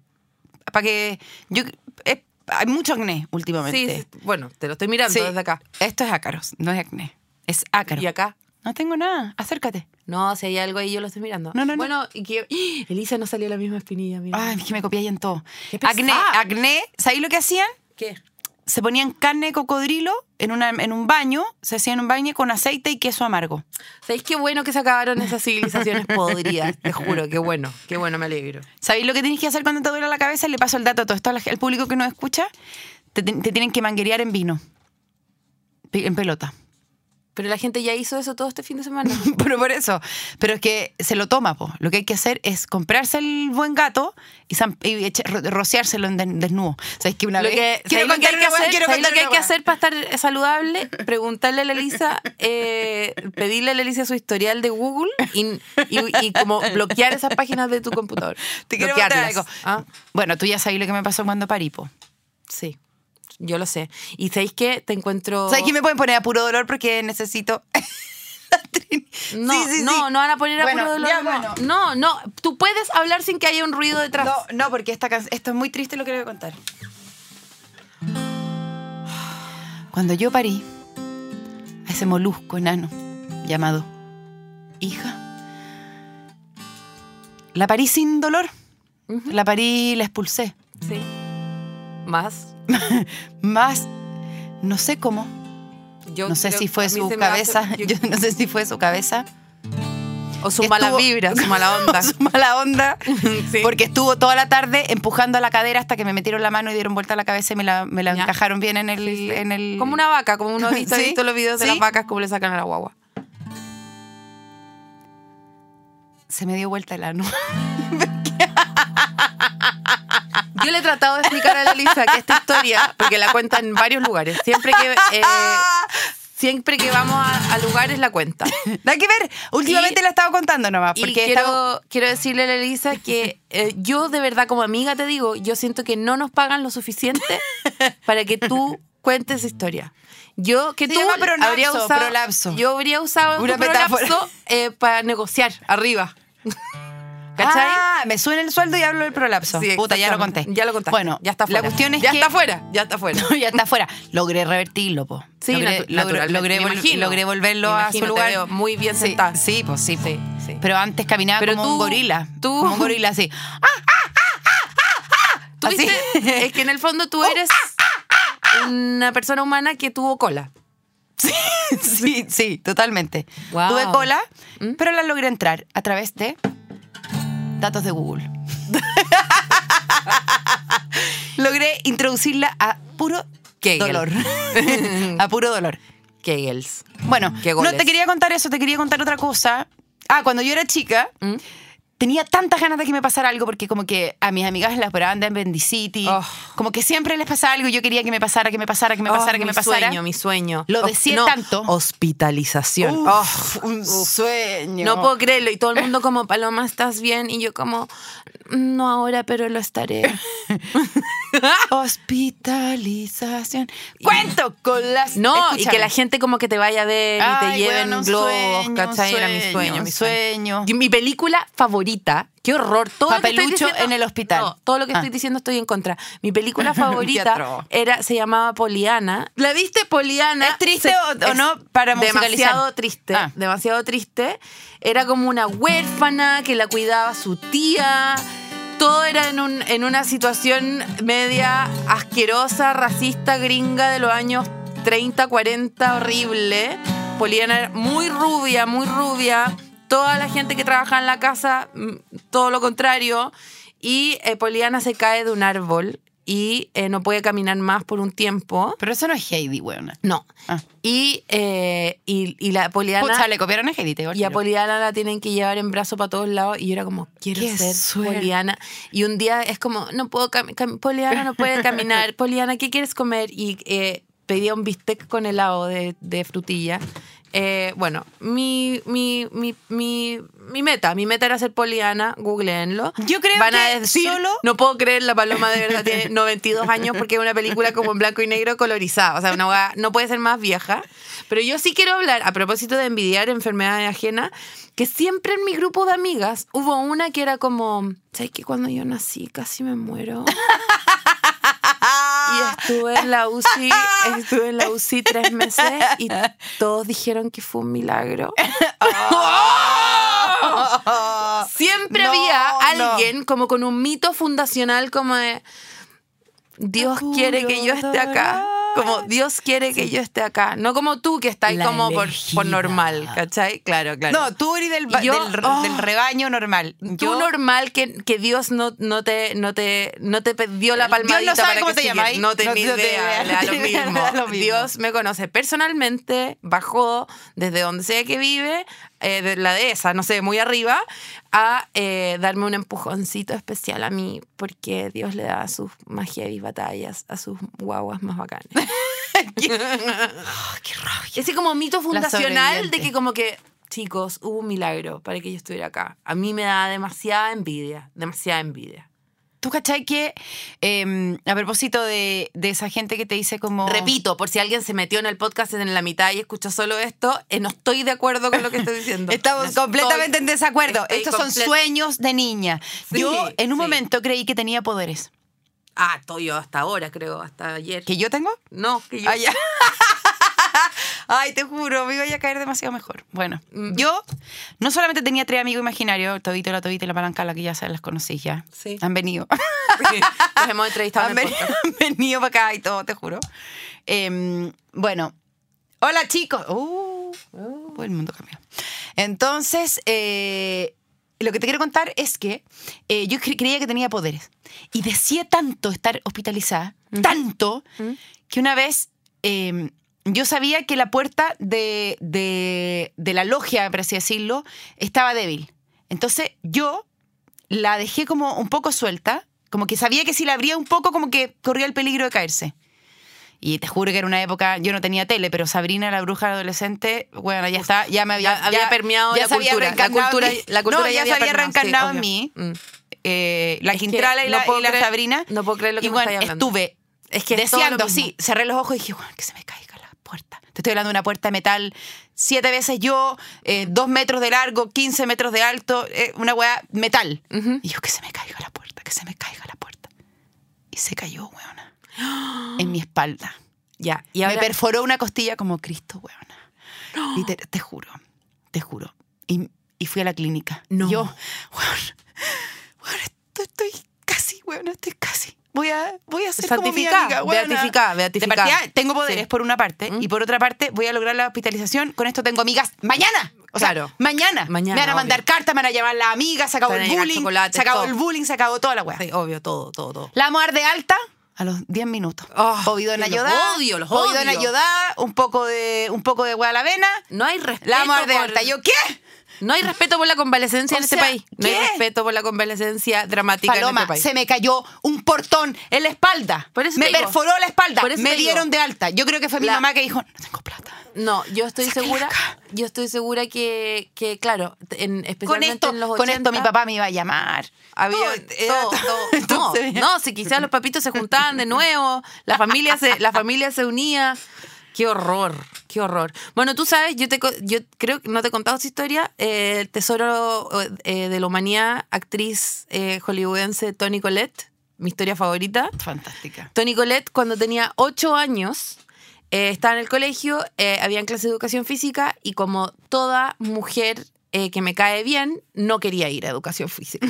S1: Para que. Yo, es- hay mucho acné
S2: Sí,
S1: últimamente.
S2: sí. bueno, te lo estoy mirando
S1: Sí.
S2: desde acá.
S1: Esto es ácaros, no es acné. Es ácaro.
S2: Y acá.
S1: No tengo nada. Acércate.
S2: No, si hay algo ahí, yo lo estoy mirando.
S1: No, no, no.
S2: bueno, y que ¡Ah! Elisa no salió la misma espinilla, mira.
S1: Ay, es que me copiáis en todo.
S2: Qué pesada.
S1: Acné, acné. ¿Sabéis lo que hacían?
S2: ¿Qué?
S1: Se ponían carne de cocodrilo en, una, en un baño, se hacían un baño con aceite y queso amargo.
S2: ¿Sabéis qué bueno que se acabaron esas
S1: [laughs]
S2: civilizaciones podridas? Te juro, qué bueno, qué bueno, me alegro.
S1: ¿Sabéis lo que tenéis que hacer cuando te duele la cabeza? Le paso el dato a todo esto al al público que nos escucha. Te, te- te tienen que manguerear en vino. Pe- En pelota. [laughs]
S2: Pero la gente ya hizo eso todo este fin de semana.
S1: Pero por eso. Pero es que se lo toma, po. Lo que hay que hacer es comprarse el buen gato y, zam- y echa- ro- rociárselo en den- desnudo. ¿Sabéis que una
S2: Lo
S1: vez.
S2: que, ¿sabéis lo que hay que
S1: una weá,
S2: hacer,
S1: [laughs] quiero
S2: ¿sabéis lo
S1: contar
S2: que hay
S1: una
S2: que
S1: weá.
S2: hacer para estar saludable? Preguntarle a la Elisa, eh, pedirle a la Elisa su historial de Google y, y- y como bloquear esas páginas de tu computador.
S1: Te quiero contar
S2: Bloquearlas.
S1: algo.
S2: Ah,
S1: Bueno, tú ya sabes lo que me pasó cuando parí, po.
S2: sí, yo lo sé. ¿Y sabéis qué? Te encuentro...
S1: ¿Sabes que me pueden poner a puro dolor porque [laughs] necesito.
S2: No,
S1: Sí, sí,
S2: no,
S1: sí.
S2: no van a poner a
S1: Bueno,
S2: puro dolor.
S1: ya,
S2: no.
S1: bueno.
S2: no, no, tú puedes hablar sin que haya un ruido detrás.
S1: No, no, porque esta can- esto es muy triste lo que le voy a contar. Cuando yo parí a ese molusco enano llamado hija, la parí sin dolor.
S2: Ujú.
S1: La parí y la expulsé.
S2: Sí. Más.
S1: Más, no sé cómo,
S2: Yo
S1: no sé
S2: creo-
S1: si
S2: a
S1: fue
S2: mí
S1: su
S2: se me hace-
S1: cabeza,
S2: yo-
S1: [laughs] yo no sé si fue su [laughs] cabeza.
S2: o su
S1: que
S2: mala
S1: estuvo-
S2: vibra,
S1: [laughs]
S2: su mala onda.
S1: su mala onda.
S2: Sí.
S1: Porque estuvo toda la tarde empujando a la cadera hasta que me metieron la mano y dieron vuelta a la cabeza y me la, me la
S2: Ya.
S1: encajaron bien en el, en el.
S2: Como una vaca, como
S1: [laughs]
S2: uno ha visto, ha
S1: Sí,
S2: visto los videos de
S1: sí.
S2: las vacas como le sacan a la guagua.
S1: Se me dio vuelta el ano. [laughs] Ah.
S2: Yo le he tratado de explicar a la Elisa que esta historia, porque la cuenta en varios lugares, siempre que
S1: [laughs]
S2: eh, siempre que vamos a, a lugares la cuenta.
S1: Nada que ver. Últimamente
S2: Y-
S1: la he estado contando nomás.
S2: Y
S1: Ah, Porque
S2: quiero,
S1: estaba-
S2: quiero decirle a la Elisa que eh, yo de verdad como amiga te digo, yo siento que no nos pagan lo
S1: [laughs]
S2: suficiente para que tú cuentes historia. Yo que
S1: Se
S2: tú
S1: llama prolapso,
S2: habría usado
S1: prolapso.
S2: yo habría usado
S1: Una
S2: tu prolapso,
S1: metáfora.
S2: eh, para negociar arriba. ¿Cachai?
S1: Ah, me suena el sueldo y hablo del prolapso.
S2: Sí,
S1: Puta, ya lo conté.
S2: exactamente. Ya lo contaste.
S1: Bueno,
S2: ya está fuera.
S1: La cuestión es
S2: ya
S1: que.
S2: está fuera, ya está fuera.
S1: [laughs] ya está fuera. Logré revertirlo, po.
S2: [laughs] Sí, natu-
S1: logré, logré-
S2: naturalmente,
S1: logré
S2: me
S1: vol-
S2: imagino.
S1: logré volverlo
S2: Me
S1: a
S2: imagino,
S1: su
S2: te
S1: lugar.
S2: veo muy bien
S1: sí,
S2: sentada.
S1: Sí, pues sí, po.
S2: Sí, sí.
S1: Pero antes caminaba
S2: Pero
S1: como un
S2: tú-
S1: gorila.
S2: tú- Ah,
S1: Como un
S2: [laughs]
S1: gorila, así.
S2: Tú
S1: Así. Oh, ah,
S2: viste, es que en el fondo
S1: [laughs]
S2: tú eres una persona humana que tuvo cola.
S1: Sí, sí, totalmente.
S2: Wow.
S1: Tuve cola,
S2: ¿Mm?
S1: pero la logré entrar a través de datos
S2: [laughs]
S1: de Google. logré introducirla a puro
S2: Kegel. [laughs]
S1: dolor. a puro dolor.
S2: Kegels.
S1: Bueno,
S2: Qué
S1: no
S2: goles.
S1: te quería contar eso, te quería contar otra cosa. Ah, cuando yo era chica,
S2: ¿Mm?
S1: tenía tantas ganas de que me pasara algo porque como que a mis amigas las operaban de Bendicity,
S2: Oh.
S1: como que siempre les pasaba algo y yo quería que me pasara, que me pasara, que me
S2: Oh,
S1: pasara, que
S2: mi
S1: me pasara.
S2: sueño, mi sueño.
S1: Lo
S2: Hos-
S1: deseé tanto.
S2: Hospitalización. Oh,
S1: Uf, un sueño.
S2: no puedo creerlo. Y todo el mundo como, Paloma, ¿estás bien? Y yo como, no ahora, pero lo estaré.
S1: Hospitalización. Cuento con las.
S2: No, y
S1: Escúchame.
S2: que la gente como que te vaya a ver y te
S1: Ay,
S2: lleven
S1: weón, un
S2: globos,
S1: sueño, un
S2: ¿cachai? Era mi
S1: sueño,
S2: sueño,
S1: un
S2: mi sueño.
S1: sueño.
S2: Y Mi película favorita, qué horror, todo lo que estoy
S1: Papelucho
S2: diciendo-
S1: en el hospital.
S2: No, todo lo que
S1: Ah.
S2: estoy diciendo estoy en contra. Mi [laughs] película
S1: Qué
S2: favorita
S1: atroz.
S2: era se llamaba Poliana. ¿La viste Poliana?
S1: ¿Es triste
S2: Se-
S1: o- o
S2: es
S1: no para musicalizar?
S2: demasiado triste,
S1: Ah.
S2: demasiado triste. Era como una huérfana que la cuidaba su tía. Todo era en, un- en una situación media asquerosa, racista, gringa de los años 30, 40, horrible. Poliana era muy rubia, muy rubia. Toda la gente que trabajaba en la casa, mm, todo lo contrario. Y eh, Poliana se cae de un árbol y eh, no puede caminar más por un tiempo.
S1: Pero eso no es Heidi, weona.
S2: No.
S1: Ah.
S2: Y, eh, y, y la Poliana.
S1: Pucha, le copiaron a Heidi, te digo al
S2: Y a
S1: tiro.
S2: Poliana la tienen que llevar en brazo para todos lados. Y yo era como, quiero
S1: ¡Qué
S2: ser
S1: suerte!
S2: Poliana. Y un día es como, no puedo cam- cam- Poliana no puede
S1: [laughs]
S2: caminar. Poliana, ¿qué quieres comer? Y eh, pedía un bistec con helado de, de frutilla. Eh, bueno, mi, mi, mi, mi, mi meta, mi meta era ser Poliana, googleenlo.
S1: Yo creo
S2: Van a
S1: que
S2: decir,
S1: solo- [laughs]
S2: No puedo creer, La Paloma de verdad tiene [laughs] 92 años porque es una película como en blanco y negro colorizada. O sea, una hueá no puede ser más vieja. Pero yo sí quiero hablar, a propósito de envidiar enfermedades ajenas, que siempre en mi grupo de amigas hubo una que era como, ¿sabes que cuando yo nací casi me
S1: [laughs]
S2: muero? Y estuve en la UCI, estuve en la UCI tres meses y todos dijeron que fue un milagro. Siempre
S1: No,
S2: había
S1: no.
S2: alguien como con un mito fundacional como de Dios quiere que yo esté acá. Como Dios quiere que yo esté acá. No como tú que estás ahí
S4: La
S2: como por, por
S4: elegida.
S2: normal, ¿cachai? Claro, claro.
S1: No, tú eres del, ba-
S2: Y yo-
S1: del,
S2: oh.
S1: del rebaño normal.
S2: Tú
S1: Yo-
S2: normal que, que Dios no, no, te, no, te, no te pe- dio la
S1: Dios no
S2: palmadita
S1: sabe
S2: para
S1: cómo
S2: que
S1: te
S2: siguieras.
S1: llamáis.
S2: No tenía
S1: No te-
S2: idea, le da lo
S1: no te-
S2: mismo.
S1: [laughs] le da lo mismo.
S2: Dios me conoce personalmente, bajó desde donde sea que vive, eh, de la dehesa, no sé, muy arriba, a eh, darme un empujoncito especial a mí, porque Dios le da sus más heavy batallas a sus guaguas más bacanes.
S1: Ah,
S2: Ese como mito fundacional de
S1: sobreviviente.
S2: que como que, chicos, hubo un milagro para que yo estuviera acá. A mí me da demasiada envidia, demasiada envidia.
S1: ¿Tú cachai que eh, a propósito de, de esa gente que te dice como...
S2: Repito, por si alguien se metió en el podcast en la mitad y escuchó solo esto, eh, no estoy de acuerdo con lo que estoy diciendo.
S1: [laughs] Estamos
S2: No estoy-
S1: completamente en desacuerdo.
S2: estoy
S1: Estos son
S2: comple-
S1: sueños de niña.
S2: Sí,
S1: yo en un
S2: sí.
S1: momento creí que tenía poderes.
S2: Ah, estoy yo hasta ahora, creo, hasta ayer.
S1: ¿Que yo tengo?
S2: No, que yo...
S1: Ay, Ah, ya. [laughs] Ay, te juro, me iba a caer demasiado mejor. Bueno,
S2: Mm.
S1: yo no solamente tenía tres amigos imaginarios, el Tobito, la Tobita y la Palanca, la que ya se las conocí ya. [laughs]
S2: Sí.
S1: Han venido. Ah,
S2: Nos hemos entrevistado
S1: han,
S2: en el
S1: veni-
S2: podcast.
S1: han venido para acá y todo, te juro. Em, bueno, hola chicos. Uh, uh, el mundo cambió. Entonces, eh, lo que te quiero contar es que eh, yo cre- creía que tenía poderes y decía tanto estar hospitalizada, tanto, que una vez em, yo sabía que la puerta de, de- de la logia, por así decirlo, estaba débil. Entonces yo la dejé como un poco suelta, como que sabía que si la abría un poco, como que corría el peligro de caerse. Y te juro que era una época, yo no tenía tele, pero Sabrina la bruja adolescente, bueno, ya está, [laughs] ya me había,
S2: Ya había permeado
S1: ya
S2: la
S1: se había
S2: cultura, la
S1: reencarnado en
S2: cultura-
S1: mí.
S2: la cultura
S1: No,
S2: ya
S1: ya,
S2: había
S1: se había
S2: permeado, sí,
S1: reencarnado en
S2: obvio.
S1: mí.
S2: Mm.
S1: eh, la
S2: Es que
S1: Quintrala y la,
S2: no puedo
S1: y la
S2: creer-
S1: Sabrina.
S2: no puedo creer lo que
S1: y
S2: me
S1: bueno,
S2: estáis hablando.
S1: estuve
S2: Es que es todo
S1: deseando,
S2: lo mismo.
S1: sí, cerré los ojos y dije, bueno, que se me caiga la puerta. Te estoy hablando de una puerta de metal, siete veces yo, eh, dos metros de largo, 15 metros de alto, eh, una weá metal.
S2: Ujú.
S1: Y yo, que se me caiga la puerta, que se me caiga la puerta. Y se cayó, weona,
S2: [gasps]
S1: en mi espalda.
S2: Ya, y
S1: Me
S2: ahora...
S1: perforó una costilla como Cristo, weona.
S2: [gasps]
S1: Y te, te juro, te juro. Y, y fui a la clínica.
S2: No.
S1: Yo, weona, weona, estoy, estoy casi, weona, estoy casi. Voy a, voy a ser como mi
S2: Santificá,
S1: amiga, weona.
S2: beatificá, beatificá.
S1: De partida, tengo poderes
S2: Sí.
S1: por una parte
S2: ¿Mm?
S1: y por otra parte voy a lograr la hospitalización. Con esto tengo amigas mañana. O sea,
S2: Claro.
S1: mañana.
S2: Mañana,
S1: Me van a mandar
S2: obvio.
S1: cartas, me van a llamar las amigas, se
S2: Te
S1: acabó
S2: van a
S1: el
S2: llegar
S1: bullying,
S2: chocolates,
S1: se acabó
S2: todo.
S1: el bullying, se acabó toda la weá.
S2: Sí, obvio, todo, todo, todo.
S1: La vamos a dar de alta a los 10 minutos.
S2: Oh,
S1: Ovido en
S2: los
S1: ayuda.
S2: odio, los
S1: Ovido en
S2: odio.
S1: ayuda, un poco de un poco de hueá a la avena.
S2: No hay respeto.
S1: La vamos a dar de
S2: por-
S1: alta. Yo, ¿qué?
S2: No hay respeto por la convalecencia
S1: O
S2: en
S1: sea,
S2: este país. No
S1: ¿qué?
S2: hay respeto por la convalecencia dramática en
S1: Paloma,
S2: este país.
S1: se me cayó un portón en la espalda.
S2: Por eso
S1: me
S2: te digo.
S1: perforó la espalda.
S2: Por eso
S1: Me
S2: te digo.
S1: dieron de alta. Yo creo que fue mi
S2: La-
S1: mamá que dijo, no tengo plata.
S2: No, yo estoy
S1: Sácala
S2: segura,
S1: acá.
S2: yo estoy segura que, que claro, en, especialmente
S1: Con esto,
S2: en los 80,
S1: con esto mi papá me iba a llamar.
S2: había
S1: Todo, era
S2: [laughs] todo,
S1: todo.
S2: todo.
S1: Entonces-
S2: no, no, si quizás los papitos se juntaban de nuevo, la familia se, la familia se unía. Qué horror, qué horror. Bueno, tú sabes, yo te co- yo creo que no te he contado esa historia. eh, el tesoro eh, de la humanidad, actriz eh, hollywoodense Toni Collette, mi historia favorita.
S1: Fantástica.
S2: Toni Colette, cuando tenía 8 años, eh, estaba en el colegio, eh, había en clase de educación física y como toda mujer eh, que me cae bien, no quería ir a educación física.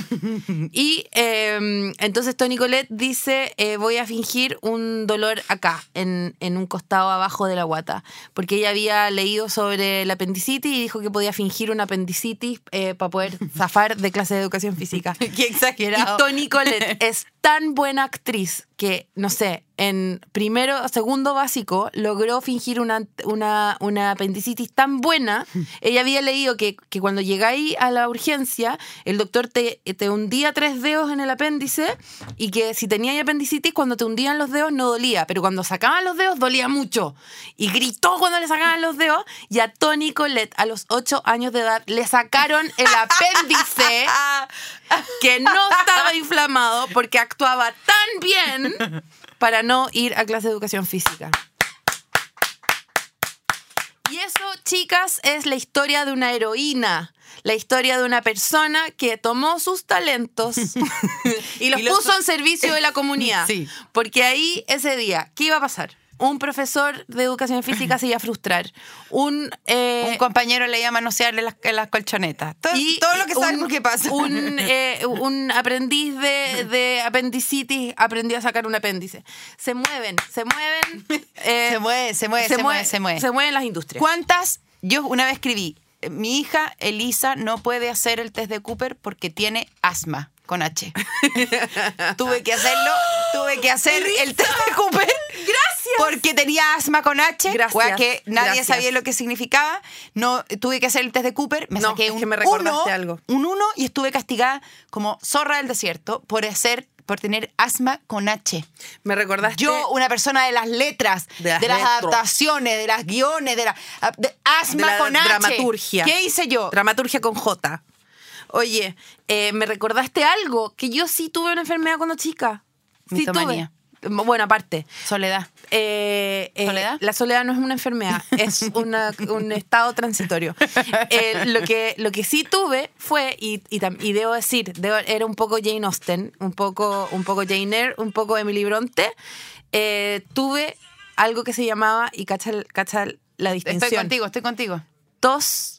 S2: y eh, entonces Toni Colette dice, eh, voy a fingir un dolor acá, en, en un costado abajo de la guata, porque ella había leído sobre la apendicitis y dijo que podía fingir eh, una apendicitis para poder zafar de clase de educación física.
S1: Qué exagerado.
S2: Y Toni Colette es tan buena actriz que, no sé, en primero, segundo básico, logró fingir una, una, una apendicitis tan buena. Ella había leído que, que cuando llegáis a la urgencia, el doctor te, te hundía tres dedos en el apéndice y que si tenías apendicitis, cuando te hundían los dedos no dolía, pero cuando sacaban los dedos dolía mucho. Y gritó cuando le sacaban los dedos y a Tony Colette, a los ocho años de edad, le sacaron el apéndice que no estaba inflamado porque actuaba tan bien para no ir a clase de educación física. Y eso, chicas, es la historia de una heroína. La historia de una persona que tomó sus
S1: [laughs]
S2: talentos y los
S1: Y los-
S2: puso en servicio de la comunidad.
S1: Sí.
S2: Porque ahí, ese día, ¿qué iba a pasar? Un profesor de educación física se iba a frustrar. Un, eh,
S1: Un compañero le iba a manosearle las, las colchonetas.
S2: [laughs]
S1: Todo,
S2: y
S1: todo lo que
S2: un-
S1: sabemos que pasa.
S2: Un, eh, un aprendiz de, de apendicitis aprendió a sacar un apéndice. Se mueven, se [laughs] mueven. eh,
S1: [laughs] se mueve, se mueve, se, mueve, se mueve.
S2: Se mueven las industrias.
S1: ¿Cuántas? Yo una vez escribí, eh, mi hija Elisa no puede hacer el test de Cooper porque tiene asma
S2: [laughs]
S1: con H. tuve que hacerlo, tuve que hacer el test de Cooper.
S2: Gracias.
S1: Porque tenía asma con H,
S2: Gracias,
S1: wea que nadie
S2: gracias.
S1: sabía lo que significaba. No, tuve que hacer el test de Cooper, me
S2: No,
S1: saqué
S2: es
S1: un
S2: que me recordaste
S1: uno,
S2: algo.
S1: un 1 y estuve castigada como zorra del desierto por hacer por tener asma con H.
S2: Me recordaste.
S1: Yo, una persona de las letras, de
S2: De las
S1: las,
S2: letras.
S1: adaptaciones, de las guiones, de la de asma
S2: de la
S1: con H.
S2: dramaturgia.
S1: ¿Qué hice yo?
S2: Dramaturgia con J. Oye, eh, me recordaste algo, que yo sí tuve una enfermedad cuando chica. Sí
S1: Mitomanía.
S2: tuve. Bueno, aparte.
S1: Soledad.
S2: Eh, eh,
S1: ¿Soledad?
S2: La soledad no es una
S1: [laughs]
S2: enfermedad, es una- un estado transitorio. Eh, lo, que, lo que sí tuve fue, y, y, tam- y debo decir, debo- era un poco Jane Austen, un poco, un poco Jane Eyre, un poco Emily Bronte, eh, tuve algo que se llamaba, y cacha, el- cacha la distinción,
S1: Estoy contigo, estoy contigo.
S2: tos,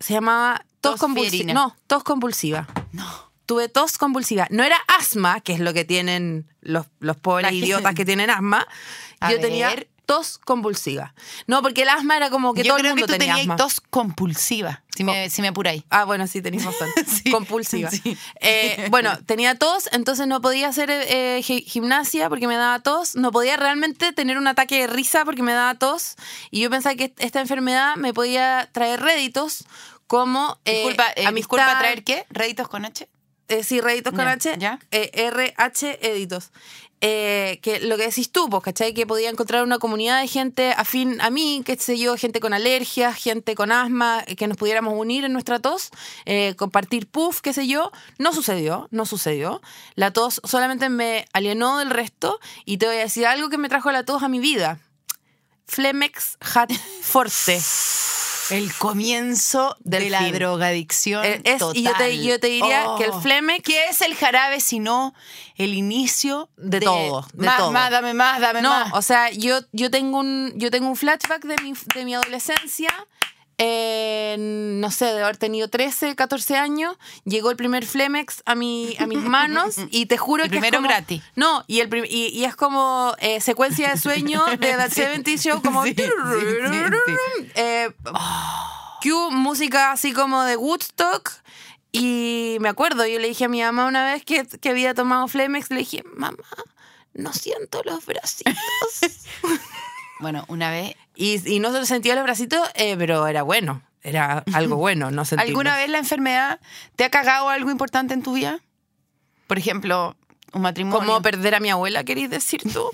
S2: se llamaba tos,
S1: Tos
S2: convulsiva.
S1: fierina.
S2: No, tos convulsiva.
S1: No.
S2: Tuve tos convulsiva. No era asma, que es lo que tienen los, los pobres
S1: La gente-
S2: idiotas que tienen asma.
S1: [laughs] A
S2: yo tenía
S1: ver.
S2: tos convulsiva. No, porque el asma era como que
S1: yo
S2: todo el
S1: creo que
S2: mundo
S1: tú
S2: tenía
S1: tenías
S2: asma.
S1: tos compulsiva, si me, si me apuráis.
S2: Ah, bueno, sí, tenías razón.
S1: [laughs] Sí,
S2: Compulsiva.
S1: sí.
S2: Eh, bueno, tenía tos, entonces no podía hacer eh, gi- gimnasia porque me daba tos. No podía realmente tener un ataque de risa porque me daba tos. Y yo pensaba que est- esta enfermedad me podía traer réditos como. eh,
S1: [laughs] disculpa, eh,
S2: amistad,
S1: disculpa traer qué? ¿Réditos con H?
S2: eh, sí, réditos con
S1: Ya,
S2: H,
S1: ya.
S2: eh, RH Editos. Eh, que lo que decís tú, pues, ¿cachai? Que podía encontrar una comunidad de gente afín a mí, qué sé yo, gente con alergias, gente con asma, eh, que nos pudiéramos unir en nuestra tos, eh, compartir puff, qué sé yo. No sucedió, no sucedió. La tos solamente me alienó del resto y te voy a decir algo que me trajo la tos a mi vida. Flemex Hat
S1: [laughs]
S2: Forte.
S1: El comienzo de
S2: Del
S1: la
S2: fin.
S1: drogadicción.
S2: Eh, es- y yo te-
S1: total. Oh.
S2: yo te diría que el Flemex-
S1: ¿Qué es el jarabe sino el inicio
S2: De todo, de
S1: más,
S2: todo.
S1: Más, dame más, dame
S2: No,
S1: más.
S2: o sea, yo, yo, tengo un, yo tengo un flashback de mi, de mi adolescencia. eh, no sé, de haber tenido 13, 14 años, llegó el primer Flemex a, mi, a mis
S1: [laughs]
S2: manos y te juro
S1: El
S2: que. es
S1: primero
S2: como-
S1: gratis.
S2: No, y, el, prim- y, y es como eh, secuencia de sueño
S1: [laughs]
S2: de The 70 Show, como.
S1: Sí, sí, sí.
S2: Eh, Q, música así como de Woodstock. Y me acuerdo, yo le dije a mi mamá una vez que, que había tomado Flemex, le dije, mamá, no siento los bracitos.
S1: Bueno, una vez
S2: [laughs] y, y no se sentía los bracitos, eh, pero era bueno. Era [laughs] algo bueno, no sentirlos.
S1: ¿Alguna vez la enfermedad te ha cagado algo importante en tu vida? Por ejemplo, un matrimonio.
S2: ¿Cómo perder a mi abuela, querés decir tú?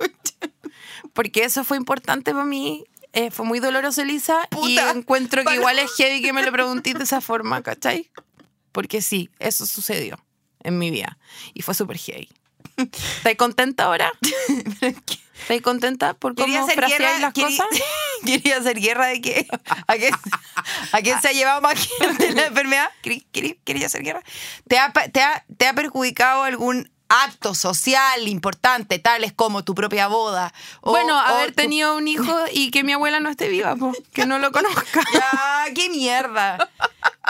S2: [laughs] Porque eso fue importante para mí. eh, fue muy doloroso, Elisa. y
S1: Puta,
S2: encuentro que
S1: para-
S2: igual es
S1: [laughs]
S2: heavy que me lo preguntís de esa forma, ¿cachai? Porque sí, eso sucedió en mi vida. Y fue súper heavy. ¿Estás contenta
S1: [laughs]
S2: ahora? ¿Estás contenta por
S1: Quería
S2: cómo
S1: hacer
S2: fraseáis
S1: guerra,
S2: las
S1: quería-
S2: cosas?
S1: [laughs] ¿Quería hacer guerra de qué? ¿A quién, a quién se ha llevado más gente la enfermedad? ¿Querí- querí- ¿Quería hacer guerra? ¿Te ha, pa- te, ha, ¿Te ha perjudicado algún acto social importante, tales como tu propia boda? O-
S2: bueno,
S1: o
S2: haber
S1: tu- [laughs]
S2: tenido un hijo y que mi abuela no esté viva, po, que no lo conozca.
S1: Ya, Ah, ¡Qué mierda!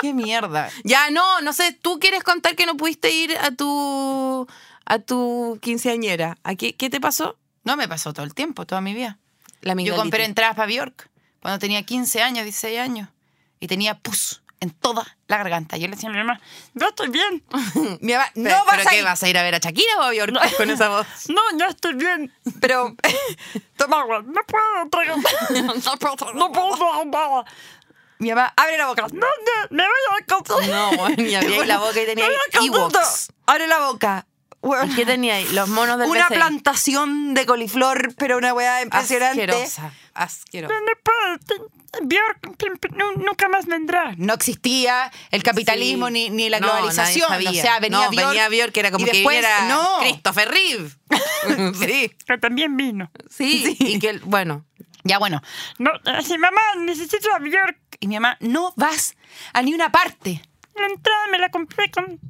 S1: ¡Qué mierda!
S2: Ya, no, no sé, tú quieres contar que no pudiste ir a tu a tu quinceañera. ¿A qué, qué te pasó?
S1: No me pasó todo el tiempo, toda mi vida.
S2: La
S1: Yo
S2: amigdalitis.
S1: compré entradas para Bjork cuando tenía 15 años, 16 años. Y tenía pus en toda la garganta. Yo le decía a mi mamá, yo
S2: [laughs]
S1: estoy bien. Mi mamá,
S2: Pero-
S1: no
S2: ¿pero
S1: vas a
S2: qué,
S1: ir.
S2: vas a ir a ver a Shakira o a Bjork con esa voz?
S1: No, yo estoy bien. Pero, toma agua. No puedo tragar. No puedo tragar nada. Mi mamá, abre la boca. No, no, me voy a
S2: [laughs]
S1: descansar.
S2: No, [laughs] bueno, y abrí la
S1: [laughs]
S2: boca y tenía
S1: Me voy a descansar.
S2: Ewoks.
S1: Abre la boca.
S2: [laughs]
S1: Weón,
S2: ¿Qué tenía ahí? Los monos del
S1: Una
S2: BCI.
S1: plantación de coliflor, pero una weá impresionante.
S2: Asquerosa, asquerosa.
S1: Björk nunca más vendrá. No existía el capitalismo
S2: Sí.
S1: ni, ni la
S2: No,
S1: globalización.
S2: nadie
S1: o
S2: sabía.
S1: sea, venía
S2: No,
S1: Björk.
S2: venía Björk, era como
S1: y
S2: que
S1: después,
S2: viniera
S1: no.
S2: Christopher Reeve. sí,
S5: que también vino.
S2: [laughs] sí, Y que, él- bueno,
S1: Ya bueno.
S5: No, así, mamá, necesito a Bjork.
S1: Y mi mamá, no vas a ni una parte.
S5: La entrada me la compré con,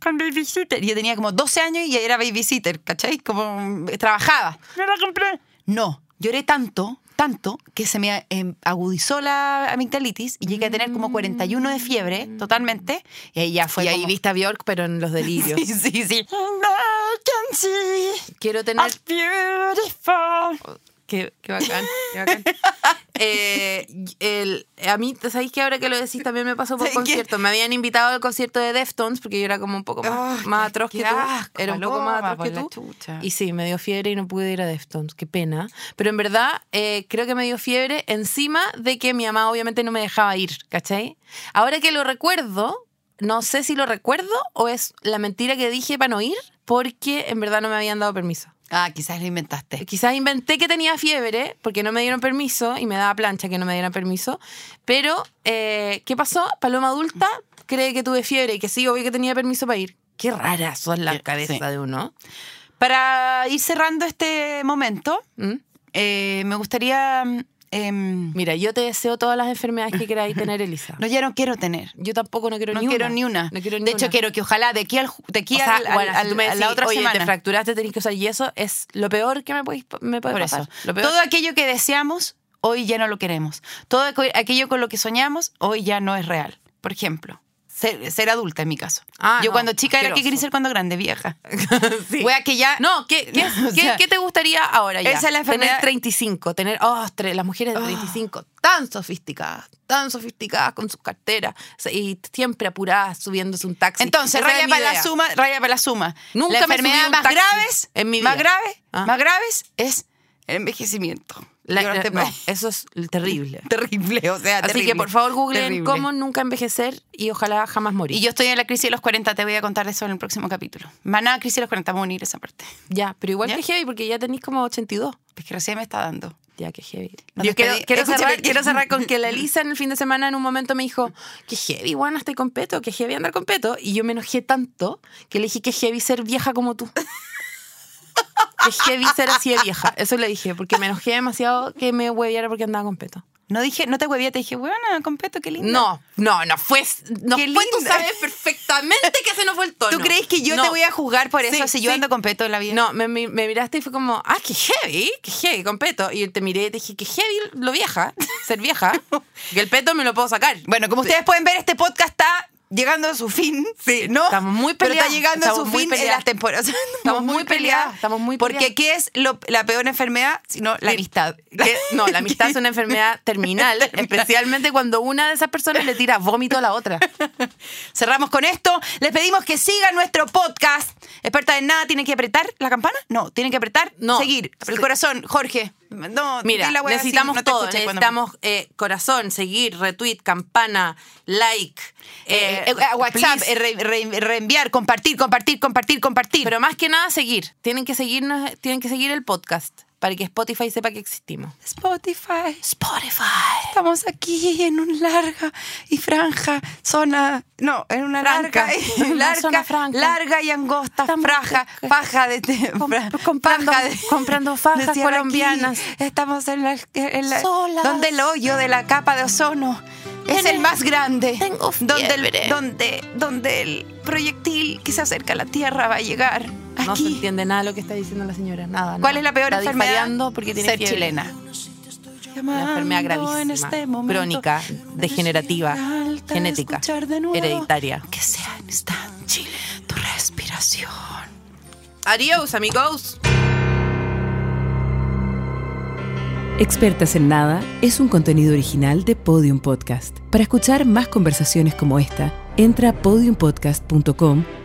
S5: con Babysitter.
S1: Yo tenía como 12 años y ya era babysitter, ¿cachai? Como mm, trabajaba.
S5: Me la compré.
S1: No, lloré tanto, tanto, que se me eh, agudizó la amigdalitis y llegué a tener como 41 de fiebre totalmente. Y ahí ya fue
S2: Mm. y ahí
S1: como-
S2: viste a Bjork, pero en los [laughs] delirios.
S1: [laughs] Sí, sí, sí.
S5: And I can see
S2: Quiero tener...
S5: it's beautiful.
S2: Qué, qué bacán, qué bacán. [laughs] Eh, el- a mí, ¿sabéis que ahora que lo decís también me pasó por
S1: ¿Sabéis qué?
S2: concierto? Me habían invitado al concierto de Deftones porque yo era como un poco
S1: Ah,
S2: más, más
S1: qué-
S2: atroz
S1: qué
S2: que
S1: asco,
S2: tú. Era un poco más
S1: paloma,
S2: atroz que
S1: por la
S2: tú.
S1: chucha.
S2: Y sí, me dio fiebre y no pude ir a Deftones, qué pena. Pero en verdad, eh, creo que me dio fiebre encima de que mi mamá obviamente no me dejaba ir, ¿cachai? Ahora que lo recuerdo, no sé si lo recuerdo o es la mentira que dije para no ir porque en verdad no me habían dado permiso.
S1: Ah, quizás lo inventaste.
S2: eh, Quizás inventé que tenía fiebre porque no me dieron permiso y me daba plancha que no me dieran permiso. Pero, eh, ¿qué pasó? Paloma adulta cree que tuve fiebre y que sí, obvio que tenía permiso para ir. Qué raras son las
S1: Eh, Sí.
S2: cabezas de uno.
S1: Para ir Ah, cerrando este momento,
S2: ¿Mm?
S1: eh, me gustaría... mm, em,
S2: Mira, yo te deseo todas las enfermedades que queráis tener, Elisa.
S1: no, ya no quiero tener.
S2: yo tampoco no quiero
S1: No
S2: ni
S1: quiero
S2: una.
S1: ni una.
S2: No quiero ni
S1: de hecho,
S2: una.
S1: quiero que ojalá de aquí al, ju- de aquí
S2: O sea,
S1: al- al-
S2: bueno, si
S1: al-
S2: tú me
S1: a la
S2: decís,
S1: otra
S2: "Oye, te
S1: semana.
S2: fracturaste, tenés que usar yeso, es lo peor que me, podéis- me puede
S1: Por
S2: pasar.
S1: eso.
S2: Lo peor.
S1: Todo aquello que deseamos, hoy ya no lo queremos. Todo aco- aquello con lo que soñamos, hoy ya no es real. Por ejemplo, ser, ser adulta en mi caso.
S2: Ah,
S1: Yo
S2: no,
S1: cuando chica era que
S2: asqueroso.
S1: quería ser cuando grande, vieja.
S2: [laughs] Sí.
S1: Wea que ya.
S2: No, ¿qué, qué,
S1: [laughs] O
S2: qué-
S1: sea,
S2: qué te gustaría ahora ya?
S1: esa es la enfermedad- Ah.
S2: Tener 35, tener... Oh, tre- las mujeres de 35, tan sofisticadas, tan sofisticadas con sus carteras se- y siempre apuradas subiéndose un taxi.
S1: Entonces,
S2: Esa es
S1: raya
S2: mi
S1: para la
S2: idea.
S1: suma, raya para la suma.
S2: Nunca
S1: la
S2: me subí a
S1: enfermedad
S2: un
S1: más
S2: taxi
S1: graves,
S2: en mi
S1: más
S2: vida.
S1: grave,
S2: Ah.
S1: más graves es el envejecimiento.
S2: La-
S1: Yo
S2: la-
S1: te-
S2: no, eso es terrible.
S1: [laughs] terrible, o sea,
S2: Así que
S1: terrible,
S2: por favor googleen
S1: terrible.
S2: cómo nunca envejecer y ojalá jamás morir.
S1: Y yo estoy en la crisis de los 40, te voy a contar eso en el próximo capítulo. Maná, crisis de los 40, vamos a unir esa parte.
S2: Ya, pero igual
S1: ¿Ya?
S2: que heavy porque ya tenéis como 82.
S1: Es que recién me está dando.
S2: Ya, qué heavy.
S1: Nos
S2: Yo quiero,
S1: despedí-
S2: quiero
S1: Escúchame,
S2: cerrar,
S1: que-
S2: quiero cerrar con
S1: [laughs]
S2: que la Elisa en el fin de semana en un momento me dijo, qué heavy, bueno, estoy con peto, qué heavy andar con peto. Y yo me enojé tanto que le dije, qué heavy ser vieja como tú. Qué heavy ser así de vieja. Eso le dije, porque me enojé demasiado que me hueviara porque andaba con peto.
S1: No dije, no te huevía, te dije, bueno, competo, qué lindo.
S2: No, no, no fue. No
S1: Qué
S2: fue, tú
S1: linda.
S2: sabes perfectamente que se nos fue el tono.
S1: ¿Tú crees que yo
S2: No.
S1: te voy a juzgar por eso
S2: Sí,
S1: si yo
S2: sí.
S1: ando competo en la vida?
S2: No, me, me- me miraste y fue como, ah, qué heavy, qué heavy, con peto. Y te miré y te dije, qué heavy lo vieja, [laughs] ser vieja. que el peto me lo puedo sacar.
S1: Bueno, como ustedes pueden ver, este podcast está llegando a su fin. [laughs] Sí, ¿no?
S2: estamos muy
S1: Pero está
S2: peleadas,
S1: llegando a su
S2: estamos muy
S1: fin en
S2: peleadas.
S1: las temporadas. [laughs]
S2: Estamos muy peleadas, estamos muy
S1: Porque
S2: peleadas.
S1: ¿qué es lo- la peor enfermedad? Sino la [laughs] amistad.
S2: Que- no, la amistad
S1: [laughs]
S2: es una enfermedad terminal, especialmente cuando una de esas personas le tira vómito a la
S1: [laughs]
S2: otra.
S1: Cerramos con esto. Les pedimos que sigan nuestro podcast. Experta en nada, ¿tienen que apretar la campana? No, tienen que apretar,
S2: No.
S1: seguir. El corazón, Jorge. No,
S2: Mira,
S1: di la wea así,
S2: necesitamos
S1: no te
S2: todo.
S1: escuches cuando-
S2: Necesitamos eh, corazón, seguir, retweet, campana, like,
S1: Eh,
S2: eh,
S1: eh, a WhatsApp,
S2: please.
S1: eh, re- re- reenviar, compartir, compartir, compartir, compartir.
S2: pero más que nada seguir. Tienen que seguirnos, tienen que seguir el podcast para que Spotify sepa que existimos.
S1: Spotify.
S2: Spotify.
S1: Estamos aquí en una larga y franja zona, no, [laughs] en una
S2: Franca.
S1: larga, y-
S2: Una
S1: larga,
S2: zona franca.
S1: larga y angosta
S2: Estamos
S1: franja,
S2: c-
S1: faja de, de-
S2: com-
S1: fra-
S2: comprando-
S1: faja de-
S2: comprando fajas
S1: de tierra
S2: colombianas.
S1: aquí. Estamos en la, en la-
S2: Solas.
S1: donde el hoyo de la capa de ozono es el más grande,
S2: Tengo
S1: donde
S2: fiebre.
S1: el, donde, donde el proyectil que se acerca a la Tierra va a llegar aquí.
S2: No se entiende nada de lo que está diciendo la señora. Nada.
S1: ¿Cuál
S2: nada.
S1: es la peor
S2: Está
S1: enfermedad?
S2: dispareando porque tiene
S1: Ser
S2: fiebre.
S1: chilena.
S2: Una enfermedad
S1: Llamando
S2: gravísima,
S1: en este momento.
S2: crónica, degenerativa,
S1: Alta,
S2: genética,
S1: escuchar de nuevo.
S2: hereditaria.
S1: Que sea en instante tu respiración.
S2: Adiós, amigos.
S3: Expertas en Nada es un contenido original de Podium Podcast. Para escuchar más conversaciones como esta, entra a podiumpodcast.com,